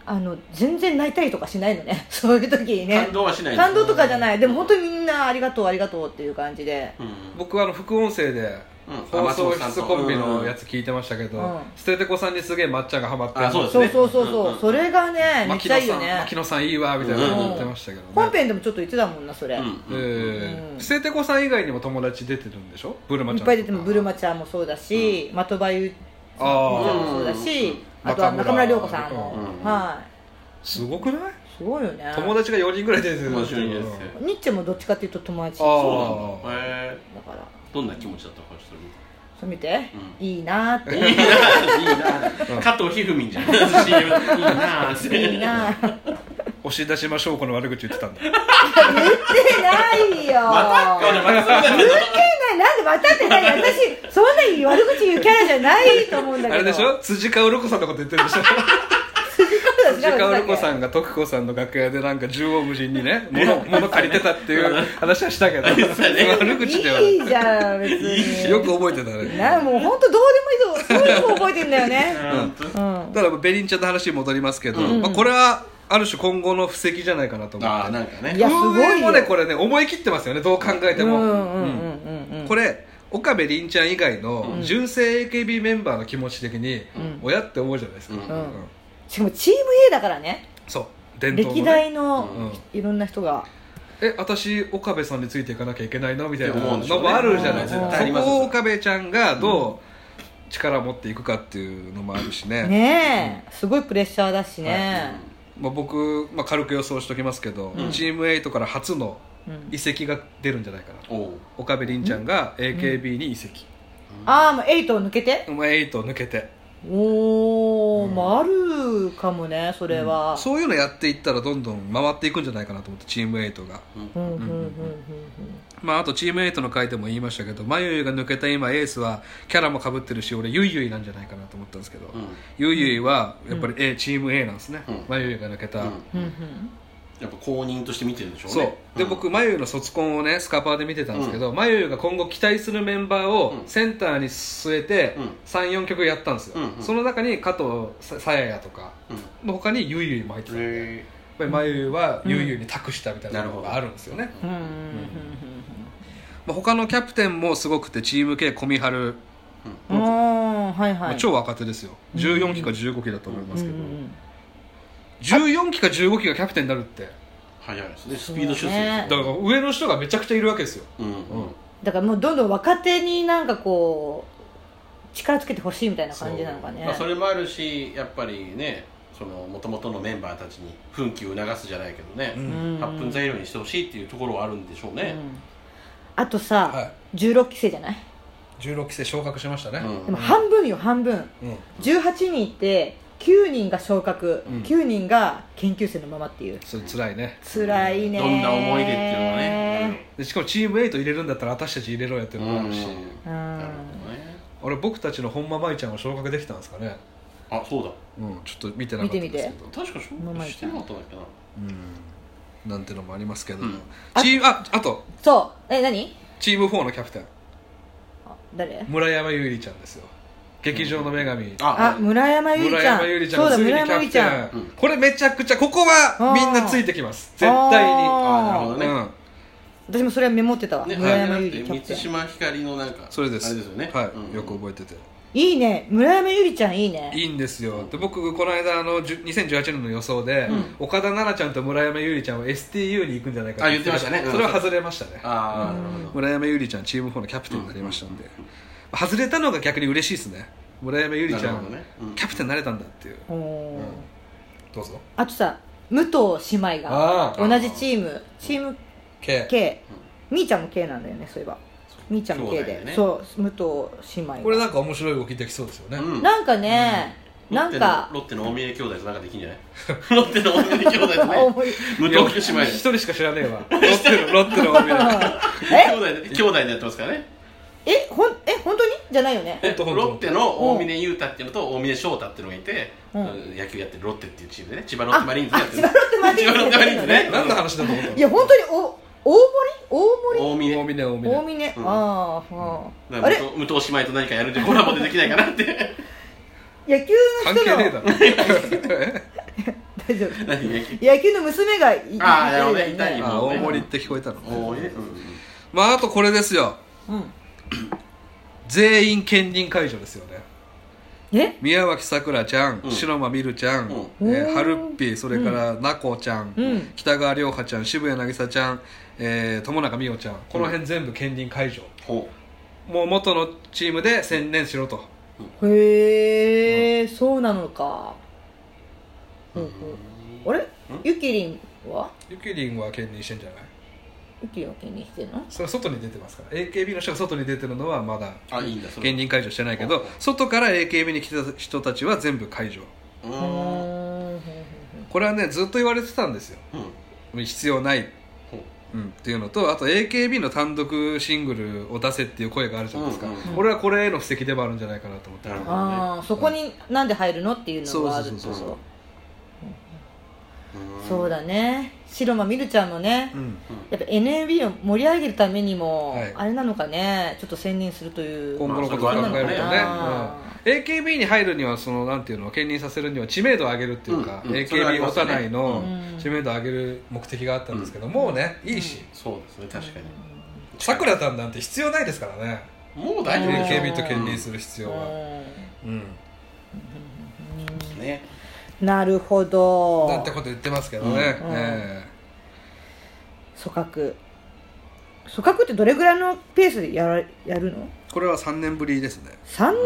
Speaker 1: あの全然泣いたりとかしないのね そういう時にね
Speaker 3: 感動はしない
Speaker 1: 感動とかじゃないでも本当にみんなありがとうありがとうっていう感じで
Speaker 3: うん
Speaker 2: 僕はあの副音声で
Speaker 3: うん
Speaker 2: 放送室コンビのやつ聞いてましたけど、
Speaker 1: うん
Speaker 2: 捨ててこさんにすげえ抹茶がハマって
Speaker 3: あそうです
Speaker 1: そう
Speaker 3: ね
Speaker 1: そうそうそう、
Speaker 3: うん
Speaker 1: それがねめっ
Speaker 2: 牧
Speaker 1: ちゃ
Speaker 2: 野
Speaker 1: いい
Speaker 2: さ
Speaker 1: よ
Speaker 2: ん、
Speaker 1: ね
Speaker 2: 牧野さんいいわみたいなの言ってましたけどね、
Speaker 1: 本編でもちょっと言ってたもんなそれ、
Speaker 3: うん
Speaker 2: え
Speaker 3: うん
Speaker 2: ー
Speaker 1: うん
Speaker 2: 捨ててこさん以外にも友達出てるんでしょブルマち
Speaker 1: い
Speaker 2: ゃん
Speaker 1: っぱい出てもブルマ
Speaker 2: ち
Speaker 1: ちゃんもそうだし、的場ゆちゃん
Speaker 2: あ
Speaker 1: もそうだし、
Speaker 3: うん
Speaker 1: あとは
Speaker 2: 中
Speaker 1: 中村
Speaker 2: 村
Speaker 1: 涼子さんも、
Speaker 3: うん
Speaker 1: はい
Speaker 2: あすごくない
Speaker 1: すごいよね
Speaker 2: 友達が4人ぐらい出てるん
Speaker 3: 面
Speaker 2: ですよ
Speaker 3: 白いですよ
Speaker 1: ニッチェもどっちかっていうと友達だ
Speaker 2: あ
Speaker 1: か
Speaker 2: ー
Speaker 3: そうなんだへ
Speaker 1: ら
Speaker 3: ーどんな気持ちだったのかちょっと見て
Speaker 1: それ見て、
Speaker 3: うん
Speaker 1: いいなーって
Speaker 3: いいな ぁいいなぁ加藤一二三じゃん CM い
Speaker 1: いい
Speaker 3: いなぁ
Speaker 1: なー言っ
Speaker 2: 押し出しましょうこの悪口言ってたんだ
Speaker 1: てないよ
Speaker 3: またまた
Speaker 1: 言ってないなんでまたってない私そんなに悪口言うキャラじゃないと思うんだけど
Speaker 2: あれでしょ辻川ロコさんのこと言ってる でし
Speaker 1: そ
Speaker 2: ょ
Speaker 1: う
Speaker 2: 辻
Speaker 1: だ
Speaker 2: 川ロコ
Speaker 1: ん
Speaker 2: さんが徳子さんの楽屋でなんか縦横無尽にね物物借りてたっていう話はしたけど悪口ではない
Speaker 1: いいじゃん別に
Speaker 2: よく覚えてたね
Speaker 1: なもう本当どうでもいいぞそういうの覚えてんだよね うん
Speaker 2: ただからベリンちゃんの話に戻りますけど、
Speaker 3: うん
Speaker 2: まあ、これはある種今後の布石じゃないかなと思
Speaker 3: ああ
Speaker 2: っ
Speaker 3: なんか
Speaker 1: い
Speaker 3: ね
Speaker 1: や
Speaker 2: て
Speaker 1: すごい
Speaker 2: 運営もね
Speaker 1: よ
Speaker 2: これね思い切ってますよねどう考えても、
Speaker 1: うんうんうんうんうん
Speaker 2: これ岡部凛ちゃん以外の純正 AKB メンバーの気持ち的に、
Speaker 1: ん
Speaker 2: 親って思うじゃないですか、
Speaker 3: うん
Speaker 1: しかもチーム A だからね
Speaker 2: そう伝統のね、
Speaker 1: 歴代
Speaker 2: う
Speaker 1: の
Speaker 2: ん
Speaker 1: いろんな人が
Speaker 2: え私岡部さんについていかなきゃいけないのみたいな
Speaker 3: って思うんでしょ
Speaker 2: の
Speaker 3: うね
Speaker 2: もあるじゃないです
Speaker 1: うん
Speaker 2: か
Speaker 1: 絶対
Speaker 3: あり
Speaker 2: そ
Speaker 3: ますよ
Speaker 2: こを岡部ちゃんがどう力を持っていくかっていうのもあるしね
Speaker 1: ねえすごいプレッシャーだしね
Speaker 2: まあ、僕、まあ、軽く予想しておきますけど、チーム8から初の移籍が出るんじゃないかなと、
Speaker 3: おう
Speaker 2: 岡部凛ちゃんが AKB に移籍、
Speaker 1: ああもう8を抜けて
Speaker 2: まあ、8を抜けて
Speaker 1: おおまああるかもねそれは
Speaker 2: そういうのやっていったらどんどん回っていくんじゃないかなと思ってチーム8が、
Speaker 1: うんうんうんうん
Speaker 2: まあ、あとチーム8の回でも言いましたけどまゆゆが抜けた今エースはキャラもかぶってるし俺ゆいゆいなんじゃないかなと思ったんですけど、
Speaker 3: うん
Speaker 2: ゆいゆいはやっぱり A、チーム A なんですね、
Speaker 3: うん
Speaker 2: まゆゆが抜けた、
Speaker 3: うん
Speaker 1: うんうん
Speaker 3: やっぱ公認として見てるんでしょう
Speaker 2: そう
Speaker 3: ね
Speaker 2: で僕まゆゆの卒コンをねスカパーで見てたんですけどまゆゆが今後期待するメンバーを
Speaker 3: うん
Speaker 2: センターに据えて
Speaker 3: うん
Speaker 2: 34曲やったんですよ
Speaker 3: うんうん
Speaker 2: その中に加藤ささややとか
Speaker 3: うん
Speaker 2: の他にゆいゆいも入ってたんでやっ
Speaker 3: へ
Speaker 2: ぱりまゆゆはゆいゆいに託したみたいなのがあるんですよね、
Speaker 1: うんうん
Speaker 2: まあ、他のキャプテンもすごくてチーム系小見春、
Speaker 1: うんうんああはい
Speaker 2: ま
Speaker 1: は
Speaker 2: あ、
Speaker 1: い
Speaker 2: 超若手ですよ14期か15期だと思いますけど
Speaker 1: うんうんうん
Speaker 2: 14期か15期がキャプテンになるって
Speaker 3: 早いですねスピード出世です
Speaker 2: だ
Speaker 1: そ
Speaker 2: か
Speaker 3: よ
Speaker 2: ら上の人がめちゃくちゃいるわけですよ
Speaker 3: うんうん
Speaker 1: だからもうどんどん若手になんかこう力つけてほしいみたいな感じなのかね
Speaker 3: まあ、それもあるしやっぱりねその元々のメンバーたちに奮起を促すじゃないけどね、
Speaker 2: う
Speaker 1: うん
Speaker 2: ん
Speaker 3: 8分材料にしてほしいっていうところはあるんでしょうね
Speaker 1: う、んあとさ、
Speaker 2: は
Speaker 1: 16期生じゃない
Speaker 2: 16期生昇格しましたね、
Speaker 3: うん
Speaker 1: でも半分よ半分
Speaker 2: うん
Speaker 1: 18人いて9人が昇格、
Speaker 2: うん
Speaker 1: 9人が研究生のままっていう
Speaker 2: それ辛いね
Speaker 1: 辛いね
Speaker 3: どんな思い出っていうのはね
Speaker 2: でしかもチーム8入れるんだったら私たち入れろやっていうのもあるし、
Speaker 1: う
Speaker 3: なる
Speaker 1: ん
Speaker 3: ほどね
Speaker 2: 俺僕たちの本間舞ちゃんは昇格できたんですかね、
Speaker 3: あそうだ
Speaker 2: うん、ちょっと見てなかったんですけど
Speaker 1: 見
Speaker 3: 確かそう
Speaker 1: ママ
Speaker 3: してなかったんだっけな
Speaker 2: うん、なんてのもありますけど、
Speaker 3: うん
Speaker 2: チームああと
Speaker 1: そうえ何
Speaker 2: チーム4のキャプテン
Speaker 1: あ誰
Speaker 2: 村山優里ちゃんですよ劇場の女神、
Speaker 1: あ村山ゆり
Speaker 2: 村
Speaker 1: ちゃん
Speaker 2: 山優里ちゃん
Speaker 1: そう
Speaker 2: が
Speaker 1: だ
Speaker 2: ついにキ
Speaker 1: 村
Speaker 2: ャ
Speaker 1: 山ゆ
Speaker 2: プ
Speaker 1: りち
Speaker 2: テ
Speaker 1: ゃん
Speaker 2: ン、これめちゃくちゃここはみんなついてきます絶対に
Speaker 1: あ
Speaker 3: あなるほどね、
Speaker 2: うん、
Speaker 1: 私もそれはメモってたわ、
Speaker 3: ね
Speaker 1: 村
Speaker 3: あ
Speaker 1: 山
Speaker 3: れ
Speaker 1: ゆ
Speaker 3: じゃ
Speaker 1: り
Speaker 3: な
Speaker 1: キャ
Speaker 3: く
Speaker 1: プ
Speaker 3: て
Speaker 1: テ
Speaker 3: 満
Speaker 1: ン
Speaker 3: 島ひかりのなんか
Speaker 2: それです
Speaker 3: あれですよね
Speaker 2: はい
Speaker 3: うん
Speaker 2: よく覚えてて
Speaker 1: いいね村山ゆりちゃんいいね
Speaker 2: いいんですよで僕この間あのじゅ2018年の予想で、岡田奈々ちゃんと村山優里ちゃんは STU に行くんじゃないか
Speaker 3: あ言ってましたねうん
Speaker 2: それは外れましたね
Speaker 3: ああなるほど
Speaker 2: 村山優里ちゃんチーム4のキャプテンになりましたんで、外れたのが逆に嬉しいですね村山優里ちゃ
Speaker 3: なる
Speaker 2: ん、
Speaker 3: ほどねうん
Speaker 2: キャプテンになれたんだっていう
Speaker 1: おー
Speaker 2: どうぞ
Speaker 1: あとさ武藤姉妹
Speaker 2: あ
Speaker 1: が
Speaker 2: ー
Speaker 1: 同じチームチーム
Speaker 2: K
Speaker 1: K みーちゃんも K なんだよねそういえばみーちゃんも K
Speaker 3: 兄弟
Speaker 1: で
Speaker 3: でね
Speaker 1: そう武藤姉妹が
Speaker 2: これなんか面白い動きできそうですよね、
Speaker 3: うん
Speaker 1: なんかね、なんか
Speaker 3: ロッテのロッテの大峰兄弟となんかできんじゃない ロッテの大峰兄弟とね
Speaker 1: 思い
Speaker 3: 無
Speaker 2: いや
Speaker 3: 糖姉妹で
Speaker 2: 一人しか知らねえわロッテのロッテの大宮
Speaker 1: え
Speaker 3: 兄弟で兄弟でやってますからね
Speaker 1: えほんえ本当にじゃないよね
Speaker 3: え
Speaker 2: ほんとほんと
Speaker 3: ロッテの大峰雄太っていうのと大峰翔太っていうのがいて、
Speaker 1: うん
Speaker 3: 野球やってるロッテっていうチームでね千葉ロッ
Speaker 1: あ
Speaker 3: テマリーンズ
Speaker 1: あ
Speaker 3: やって
Speaker 1: 千
Speaker 3: る
Speaker 1: 葉ロッテマリーンズ
Speaker 3: 千葉ロッテマリーンズね
Speaker 2: 何の話だと思ったの
Speaker 1: いや本当にお大盛り
Speaker 3: 大
Speaker 2: 大
Speaker 3: 峰
Speaker 2: 峰大
Speaker 1: 大盛り大
Speaker 2: 峰
Speaker 1: 峰、
Speaker 3: うん
Speaker 1: あーは
Speaker 3: だ
Speaker 1: あ
Speaker 3: か
Speaker 1: あ
Speaker 3: ら
Speaker 1: れ
Speaker 3: 武藤武藤姉妹と何かやるんでコラボでできないかなって
Speaker 1: 野球
Speaker 2: 関
Speaker 1: の人の
Speaker 2: 係ねえだろ
Speaker 1: 大丈夫
Speaker 3: 何野球
Speaker 1: 野球の娘がいい
Speaker 3: あーなるほどね
Speaker 1: いるよ
Speaker 3: 痛い よ
Speaker 2: あ大盛りって聞こえたの
Speaker 3: 大峰
Speaker 2: まああとこれですよ
Speaker 1: うん
Speaker 2: 全員兼任解除ですよね
Speaker 1: え
Speaker 2: 宮脇さくらちゃん、
Speaker 3: うん
Speaker 2: 篠間美るちゃん、
Speaker 1: うん
Speaker 2: え
Speaker 1: お
Speaker 2: ー、
Speaker 1: ー
Speaker 2: はるっぴそれからなこちゃん、
Speaker 1: うん
Speaker 2: 北川涼波ちゃん渋谷渚ちゃん、えー、友中美桜ちゃんこの辺全部兼任解除、
Speaker 3: ほ
Speaker 2: もう元のチームで専念しろと
Speaker 1: へえ、そうなのか、
Speaker 3: う
Speaker 1: うんうん、あれゆきりんは
Speaker 2: ゆきりんは兼任してんじゃない
Speaker 1: ゆきりんは気にしてんの
Speaker 2: それは外に出てますから AKB の人が外に出てるのはまだ
Speaker 3: あいいんだそれ
Speaker 2: 兼任解除してないけど外から AKB に来た人たちは全部解除
Speaker 1: う
Speaker 3: うーん
Speaker 1: ーん
Speaker 2: これはねずっと言われてたんですよ
Speaker 3: うん
Speaker 2: 必要ない、うん、っていうのとあと AKB の単独シングルを出せっていう声があるじゃないですか、
Speaker 3: うんうんうん
Speaker 2: 俺はこれへの布石でもあるんじゃないかなと思って
Speaker 3: なるほどね
Speaker 1: ああそこになんで入るのっていうのがあるってこと
Speaker 2: そうそうそうそう
Speaker 3: うん
Speaker 1: そうだね白間みるちゃんのね、
Speaker 2: うん
Speaker 1: やっぱ NMB を盛り上げるためにも、
Speaker 2: はい
Speaker 1: あれなのかねちょっと専念するという
Speaker 2: 今後のことを考えるとね、うん AKB に入るにはそのなんていうの兼任させるには知名度を上げるっていうか、
Speaker 3: うんうんそれはあり
Speaker 2: AKB お
Speaker 3: ますね
Speaker 2: さないの
Speaker 1: うん
Speaker 2: 知名度を上げる目的があったんですけど、もうねいいし
Speaker 3: そうですね確かに
Speaker 2: さくらたんなんて必要ないですからね
Speaker 3: もう大丈夫でしょ
Speaker 2: AKB と兼任する必要は、うん
Speaker 3: うんね
Speaker 1: なるほど
Speaker 2: なんてこと言ってますけどね、
Speaker 3: うん
Speaker 2: ええ
Speaker 1: 組閣組閣ってどれぐらいのペースでやらやるの
Speaker 2: これは3年ぶりですね
Speaker 1: 3年
Speaker 3: す
Speaker 1: ぶ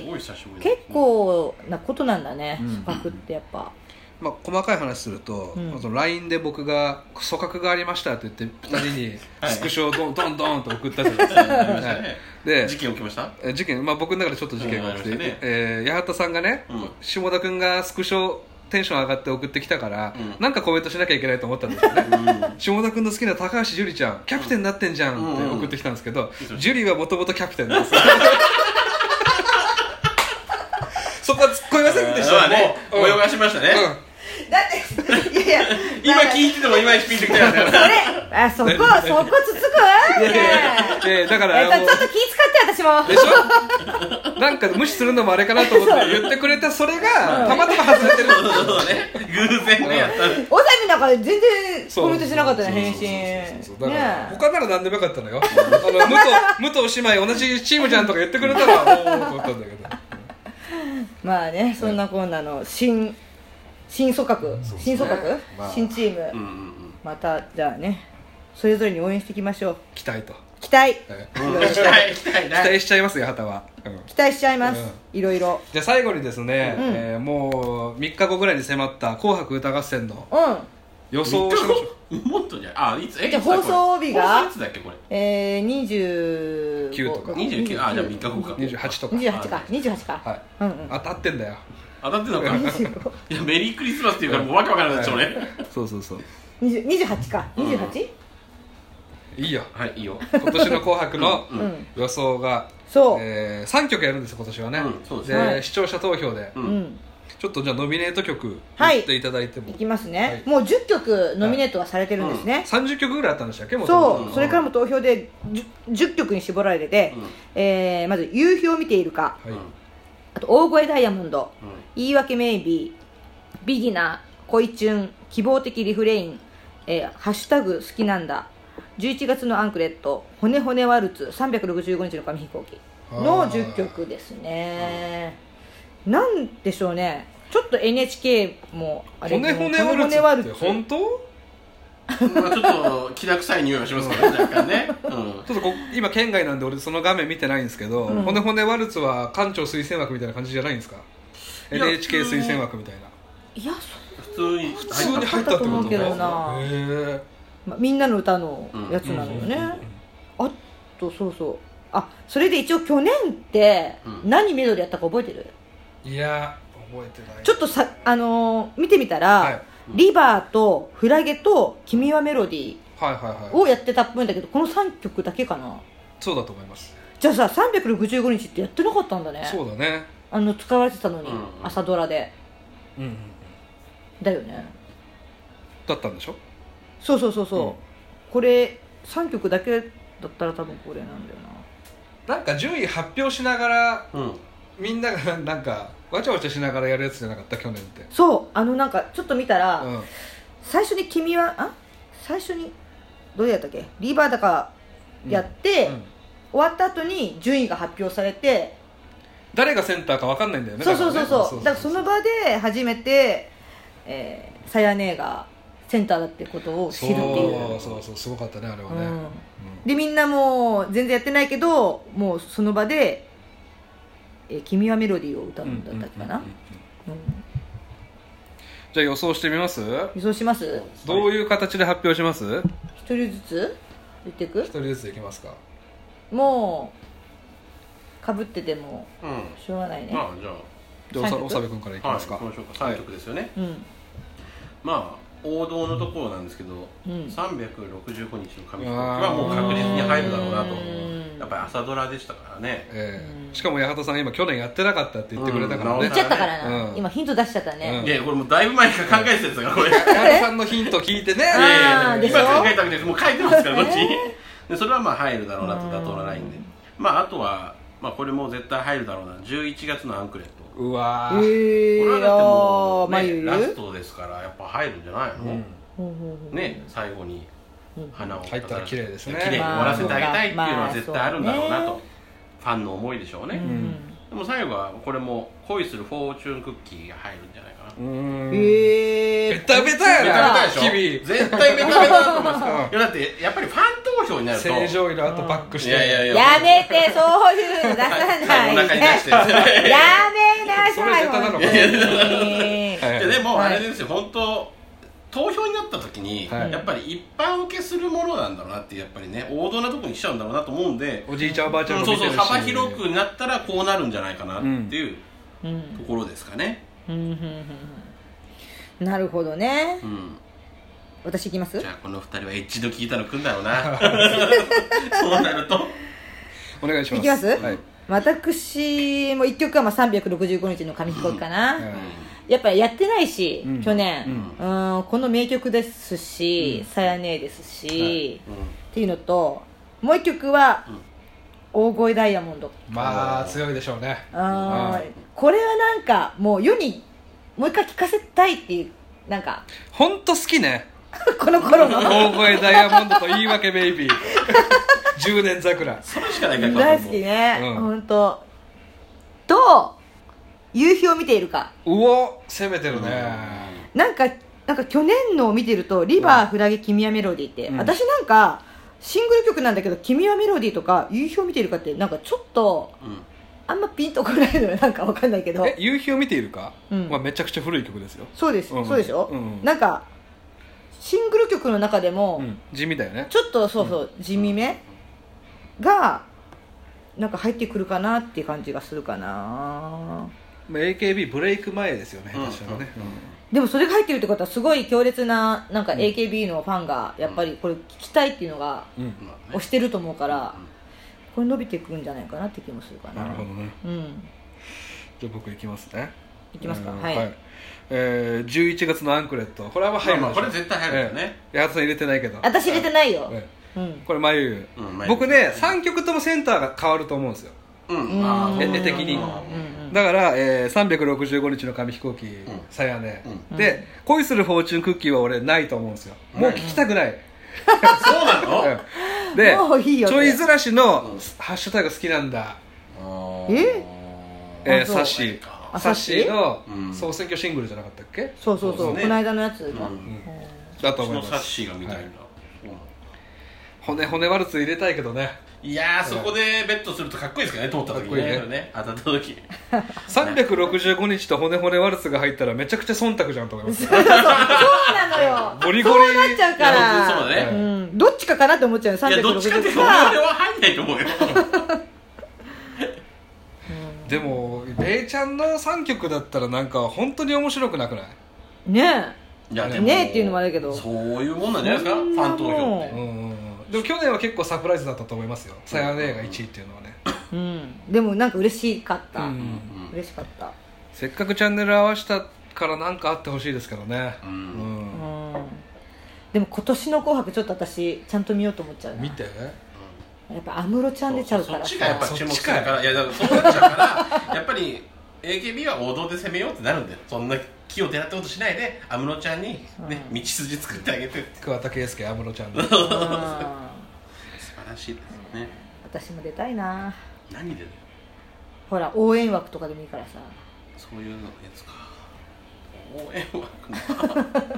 Speaker 1: り
Speaker 3: ごい久しぶりだ
Speaker 1: 結構なことなんだね、
Speaker 2: うん
Speaker 1: 組閣ってやっぱ
Speaker 2: まあ、細かい話すると、
Speaker 1: うん
Speaker 2: まあその LINE で僕が「組閣がありました」って言って2人に
Speaker 3: はい
Speaker 2: スクショをどんどんどんと送ったじゃないですか、
Speaker 3: ありましたね
Speaker 2: はいで
Speaker 3: 事件起きました
Speaker 2: え事件、まあ、僕の中でちょっと事件が起きて、
Speaker 3: うんありましたね
Speaker 2: えー八幡さんがね、
Speaker 3: うん
Speaker 2: 下田君がスクショテンション上がって送ってきたから、
Speaker 3: うん
Speaker 2: なんかコメントしなきゃいけないと思ったんですよね
Speaker 3: うん
Speaker 2: 下田君の好きな高橋樹里ちゃんキャプテンになってんじゃん
Speaker 3: うん
Speaker 2: って送ってきたんですけど、
Speaker 3: うん
Speaker 2: 樹里はもともとキャプテンなんです そこは突っ込みませんでし
Speaker 3: ま
Speaker 2: た
Speaker 3: あね
Speaker 2: もう
Speaker 3: おがしましたね
Speaker 2: うん
Speaker 1: だってい やいや
Speaker 3: 今聞いててもいまいちピンときたかっ
Speaker 1: そ
Speaker 3: た
Speaker 1: れあそ こそこつつく
Speaker 2: いやいやいやだか
Speaker 1: えっ
Speaker 2: ら
Speaker 1: と
Speaker 2: もう
Speaker 1: ちょっと気使って私も
Speaker 2: でしょなんか無視するのもあれかなと思って言ってくれたそれがたまたま外れてる
Speaker 3: そうね偶然ねやったね
Speaker 1: おさみなんか全然コメントしなかったね
Speaker 2: そう
Speaker 1: 返信
Speaker 2: そうそうそうそうだから
Speaker 1: ね
Speaker 2: 他なら何でもよかったのよあの武藤武藤姉妹同じチームじゃんとか言ってくれたらおおと思ったんだけど
Speaker 1: まあねそんなこんなの新新組閣
Speaker 2: そうですね
Speaker 1: 新組閣
Speaker 2: まあ
Speaker 1: 新チーム、
Speaker 3: うんうん
Speaker 1: またじゃあねそれぞれに応援していきましょう
Speaker 2: 期待と
Speaker 1: 期待
Speaker 2: ええ
Speaker 3: うん行きたい行きたい
Speaker 2: 期
Speaker 3: な
Speaker 2: 待しちゃいますよ畑は、うん
Speaker 1: 期待しちゃいます、
Speaker 2: う
Speaker 1: いろいろ
Speaker 2: じゃあ最後にですね、
Speaker 1: うん
Speaker 2: えーもう3日後ぐらいに迫った「紅白歌合戦」の
Speaker 1: う
Speaker 2: 予想をしましょう
Speaker 3: もっとじゃああいつえ
Speaker 1: じゃあ放送日が
Speaker 3: いつだっけこれ
Speaker 1: んえー、29
Speaker 2: 9とか
Speaker 3: 29あじゃあ3日後か
Speaker 2: 28とか
Speaker 1: 28か28か、
Speaker 2: はい、
Speaker 1: うんうん
Speaker 2: 当たってんだよ
Speaker 3: 当たってんのか
Speaker 1: 25
Speaker 3: いやメリークリスマスっていうからもうわけわからないでしょうね
Speaker 2: そうそうそう
Speaker 1: 20 28か 28?
Speaker 2: いいよ
Speaker 3: はいいいよ
Speaker 2: 今年の「紅白」の
Speaker 1: うん、
Speaker 2: 予想が、
Speaker 1: そう、
Speaker 2: えー、3曲やるんですよ今年はね、
Speaker 3: うんそうです
Speaker 2: で
Speaker 3: ね
Speaker 1: はい
Speaker 2: 視聴者投票で、
Speaker 3: う
Speaker 1: うんん
Speaker 2: ちょっとじゃあノミネート曲
Speaker 1: はい
Speaker 2: 言っていただいても、
Speaker 1: いきますね、
Speaker 2: は
Speaker 1: もう10曲ノミネートはされてるんですね、
Speaker 2: 30曲ぐらいあったんでしたっけも
Speaker 1: そう、
Speaker 3: うん
Speaker 1: それからも投票で 10, 10曲に絞られてて、えーまず「夕日を見ているか
Speaker 2: はい、
Speaker 1: あと「大声ダイヤモンド」
Speaker 3: うん
Speaker 1: 言い訳メイビー」「ビギナー」「恋チュン」「希望的リフレイン」えーハッシュタグ好きなんだ」11月のアンクレット「骨骨ワルツ」「365日の紙飛行機」の10曲ですね、なんでしょうねちょっと NHK もあれ
Speaker 2: 骨骨ワルツって本当ち
Speaker 3: まあちょっと気楽さい匂いがしますけどね若干ねうん
Speaker 2: ょっとこ今県外なんで俺その画面見てないんですけど、
Speaker 1: うん
Speaker 2: 骨骨ワルツは館長推薦枠みたいな感じじゃないんですか
Speaker 3: いや
Speaker 2: NHK 推薦枠みたいない
Speaker 1: やそう、
Speaker 3: 普通に普
Speaker 2: 普通に入った
Speaker 1: 入った
Speaker 2: ってことね
Speaker 1: と思うけどな
Speaker 2: へー
Speaker 1: ま、みんなの歌のやつなのよね、あとそうそうあそれで一応去年って
Speaker 3: うん
Speaker 1: 何メドレーやったか覚えてる、
Speaker 2: いや覚えてない
Speaker 1: ちょっとさあのー見てみたら、
Speaker 2: はい
Speaker 1: リバーとフラゲと君はメロディー
Speaker 2: はいはいはい
Speaker 1: をやってたっぽいんだけどこの3曲だけかな
Speaker 2: そうだと思います
Speaker 1: じゃあさ365日ってやってなかったんだね
Speaker 2: そうだね
Speaker 1: あの使われてたのに、
Speaker 3: うん
Speaker 1: 朝ドラで
Speaker 2: うんうんうん
Speaker 1: だよね
Speaker 2: だったんでしょ
Speaker 1: そうそうそうそう、
Speaker 2: うん
Speaker 1: これ3曲だけだったら多分これなんだよな
Speaker 2: なんか順位発表しながら
Speaker 3: うん
Speaker 2: みんなが なんかわちゃわちゃしながらやるやつじゃなかった去年って
Speaker 1: そうあのなんかちょっと見たら、
Speaker 2: うん
Speaker 1: 最初に君はあ最初にどれやったっけリバーだかやって、
Speaker 2: うん
Speaker 1: 終わった後に順位が発表されて、
Speaker 2: 誰がセンターかわかんないんだよね
Speaker 1: そうそうそうそうだから
Speaker 2: そ
Speaker 1: そうの場で初めてえーさや姉がセンターだってことを知るっていう
Speaker 2: そうそうそうすごかったねあれは
Speaker 1: う
Speaker 2: ね、うん
Speaker 1: んでみんなもう全然やってないけどもうその場で「えー君はメロディー」を歌うんだったっけかな
Speaker 2: うんうんうんうん
Speaker 1: うん
Speaker 2: じゃあ予想してみます
Speaker 1: 予想します
Speaker 2: どういう形で発表します
Speaker 1: 一人ずつ言っていく
Speaker 2: 一人ずついきますか
Speaker 1: もうかぶってても
Speaker 3: うん
Speaker 1: しょうがないね
Speaker 3: まあじゃ
Speaker 2: じゃあ
Speaker 1: 三
Speaker 2: おさ
Speaker 1: 曲
Speaker 2: おさべ君からいき
Speaker 3: あは
Speaker 2: ま
Speaker 3: い
Speaker 2: す
Speaker 3: 行
Speaker 2: か、
Speaker 3: きましょうか3曲ですよね、
Speaker 1: うん
Speaker 3: まあ王道のところなんですけど、
Speaker 1: うん
Speaker 3: 365日の紙飛行機はもう確実に入るだろうなと
Speaker 1: うん
Speaker 3: やっぱり朝ドラでしたからね
Speaker 2: ええしかも八幡さん今去年やってなかったって言ってくれたから
Speaker 3: うん
Speaker 1: 言
Speaker 2: ね、
Speaker 1: っちゃったからな、
Speaker 2: うん
Speaker 1: 今ヒント出しちゃったね、
Speaker 2: うん
Speaker 3: いやこれもうだいぶ前から考えてたやつだからこれい
Speaker 2: 八幡さんのヒント聞いてね
Speaker 1: あー
Speaker 3: やいやい
Speaker 1: で
Speaker 3: や
Speaker 1: しょ
Speaker 3: 今考えたわけですもう書いてますからこっちにでそれはまあ入るだろうなと妥当なラインでまああとは、まあ、これもう絶対入るだろうな11月のアンクレットこ
Speaker 2: うわ
Speaker 1: え
Speaker 2: ー、
Speaker 1: え
Speaker 3: れはだってもう、ね、
Speaker 1: あー
Speaker 3: ラ
Speaker 1: 眉
Speaker 3: ストですからやっぱ入るんじゃないの、
Speaker 2: うん
Speaker 1: ほうほうほう
Speaker 3: ね最後に
Speaker 1: うん
Speaker 3: 花を
Speaker 2: 入ったら綺麗ですね
Speaker 3: 綺麗に終わらせてあげたいっていうのは絶対あるんだろうな
Speaker 1: まあ
Speaker 3: と、
Speaker 1: そうね
Speaker 3: ファンの思いでしょうね、
Speaker 1: う
Speaker 3: で
Speaker 1: ん
Speaker 3: も最後はこれも恋するフォーチュンクッキーが入るんじゃないかな、
Speaker 2: うん
Speaker 1: ええ
Speaker 2: ベタベタや
Speaker 3: ベ
Speaker 2: な
Speaker 3: タベタでしょ
Speaker 2: 日々
Speaker 3: 絶対ベタベタだと思いますよ
Speaker 2: うん
Speaker 3: いやだってやっぱりファン投票になると
Speaker 2: 正常位の後バックして、
Speaker 3: いやいやい
Speaker 1: やめてそういうの出さな
Speaker 3: はい
Speaker 1: で
Speaker 3: い お腹に出してる
Speaker 1: やめな
Speaker 2: それ
Speaker 1: さい
Speaker 2: ネタなのか
Speaker 1: 本当に
Speaker 2: はい
Speaker 3: いやでもあれですよ、本当投票になった時に、
Speaker 2: はい
Speaker 3: やっぱり一般受けするものなんだろうなってやっぱりね王道なとこに来ちゃうんだろうなと思うんで
Speaker 2: おじいちゃんおばあちゃん
Speaker 3: う
Speaker 2: も
Speaker 3: んそう
Speaker 2: 見て
Speaker 3: そ
Speaker 2: る
Speaker 3: う
Speaker 2: し
Speaker 3: 幅広くなったらこうなるんじゃないかなって いう
Speaker 1: う
Speaker 3: と
Speaker 1: ん
Speaker 3: ころですかね、
Speaker 1: うんうんうんなるほどね
Speaker 3: うん
Speaker 1: 私いきます
Speaker 3: じゃあこの二人はエッジの効いたの来んだろうなそうなると
Speaker 2: お願いします
Speaker 1: いきます
Speaker 2: はい
Speaker 1: 私も一曲はまあ365日の紙飛行機かな、
Speaker 2: うん
Speaker 1: やっぱやってないし、
Speaker 2: うん
Speaker 1: 去年、う、
Speaker 3: うん
Speaker 1: この名曲ですし「
Speaker 2: うん
Speaker 1: さやねえ」ですし、
Speaker 3: うん
Speaker 1: っていうのともう一曲は
Speaker 3: うん
Speaker 1: 「大声ダイヤモンド」
Speaker 2: まあ強いでしょうね
Speaker 1: あー
Speaker 2: うん
Speaker 1: これはなんかもう世にもう一回聴かせたいっていうなんか
Speaker 2: 本当好きね
Speaker 1: この頃の
Speaker 2: 大声ダイヤモンドと言い訳ベイビー10年桜
Speaker 3: それしかないから
Speaker 1: 大好きね、
Speaker 2: うん
Speaker 1: ほんとと夕日を見ているか
Speaker 2: うお攻めてるね
Speaker 1: なんかなんか去年のを見てると「リバーフラゲ君はメロディー」って、
Speaker 2: うん
Speaker 1: 私なんかシングル曲なんだけど「君はメロディー」とか「夕日を見ているか」ってなんかちょっと
Speaker 3: うん
Speaker 1: あんまピンとこないのよなん かわかんないけど
Speaker 2: え夕日を見ているか、
Speaker 1: うん
Speaker 2: まあ、めちゃくちゃ古い曲ですよ、
Speaker 1: そうです、
Speaker 2: うん
Speaker 1: そうでしょ、
Speaker 2: うん
Speaker 1: なんかシングル曲の中でも、
Speaker 2: うん、地味だよね
Speaker 1: ちょっとそうそう、地味めがなんか入ってくるかなっていう感じがするかな
Speaker 2: まあ AKB ブレイク前ですよね
Speaker 3: うん
Speaker 2: 確かね、
Speaker 1: でもそれが入ってるってことはすごい強烈ななんか AKB のファンがやっぱりこれ聞きたいっていうのが
Speaker 2: うん
Speaker 3: まあね
Speaker 1: 押してると思うから
Speaker 3: うん
Speaker 1: これ伸びていくんじゃないかなって気もするかな
Speaker 2: なるほどね
Speaker 1: うん
Speaker 2: じゃあ僕いきますね
Speaker 1: いきますか
Speaker 2: うん
Speaker 1: はい、
Speaker 2: えー、11月のアンクレットこれはまあ入るでしょ
Speaker 3: まあまあこれ絶対入るよね
Speaker 2: ええ八幡さん入れてないけど
Speaker 1: 私入れてないよ、
Speaker 2: え
Speaker 1: うん
Speaker 2: えこれ眉毛、
Speaker 3: うん眉毛
Speaker 2: 僕ね3曲ともセンターが変わると思うんですよ
Speaker 3: うんまあ
Speaker 2: 絵絵的に
Speaker 3: うん
Speaker 1: うん
Speaker 2: だから、えー、365日の紙飛行機
Speaker 3: ん
Speaker 2: さやね
Speaker 1: うん
Speaker 2: で恋するフォーチュンクッキーは俺ないと思うんですよもう聞きたくない、
Speaker 3: そうなの
Speaker 2: うんで
Speaker 1: もういいよ
Speaker 2: ちょいずらし
Speaker 3: う
Speaker 2: の
Speaker 3: ん
Speaker 2: 「ハッシュタグ好きなんだ」
Speaker 1: え
Speaker 3: え
Speaker 2: えー、
Speaker 1: あそう
Speaker 2: サッシー
Speaker 1: あ
Speaker 2: サッシーの
Speaker 3: うん
Speaker 2: 総選挙シングルじゃなかったっけ
Speaker 1: そうそうそう
Speaker 3: そうですね
Speaker 1: この間のやつが、
Speaker 3: うん
Speaker 2: だと
Speaker 3: うち
Speaker 2: 思い
Speaker 3: のサ
Speaker 2: ま
Speaker 3: ッ
Speaker 2: す
Speaker 3: シーが見たいな
Speaker 2: はい骨骨ワルツ入れたいけどね
Speaker 3: いやーそこでベットするとかっこいいですけどねと思った時
Speaker 2: か
Speaker 3: に
Speaker 2: っこいいね
Speaker 3: ねね当たった時
Speaker 2: 365日と骨骨ワルツが入ったらめちゃくちゃ忖度じゃんと思います
Speaker 1: そうそうそうなのよ
Speaker 2: ゴリゴリ
Speaker 1: そうなっちゃうか
Speaker 3: いや本当にそう
Speaker 1: ら
Speaker 3: だ
Speaker 1: う
Speaker 3: ね
Speaker 1: ん、どっちかかなって思っちゃうよ
Speaker 3: いやどっちかってい
Speaker 1: 360
Speaker 3: うと俺
Speaker 1: か
Speaker 3: は入んないと思うよ
Speaker 2: でもレイちゃんの3曲だったらなんか本当に面白くなくない
Speaker 1: ねえ
Speaker 3: いやで
Speaker 1: ねえっていうのもあるけど
Speaker 3: そういうもんなんじゃないですかファン投票っ
Speaker 2: うんうんうんでも去年は結構サプライズだったと思いますよサヤネーが1位っていうのはね、
Speaker 1: うん、でもなんか嬉しかった、
Speaker 2: うん
Speaker 3: うん
Speaker 1: 嬉しかった、
Speaker 2: せっかくチャンネル合わせたから何かあってほしいですけどね
Speaker 3: う
Speaker 2: うん
Speaker 3: ん
Speaker 1: うん、でも今年の「紅白」ちょっと私ちゃんと見ようと思っちゃうな
Speaker 2: 見て
Speaker 1: やっぱ安室ちゃん出ちゃう
Speaker 3: そ
Speaker 1: か
Speaker 3: っ
Speaker 1: ら
Speaker 3: ちがやっぱ
Speaker 1: さ
Speaker 3: 注目するからいやだからそうなっちゃうからやっぱり AKB は王道で攻めようってなるんだよそんな木を狙ったことしないで安室ちゃんに、ね
Speaker 1: うん
Speaker 3: 道筋作ってあげてって
Speaker 2: 桑田佳祐安室ちゃんで
Speaker 1: うん
Speaker 3: 素晴らしいですよね
Speaker 1: 私も出たいな
Speaker 3: 何で
Speaker 1: ほら応援枠とかでもいいからさ
Speaker 3: そういうのやつか応援 枠な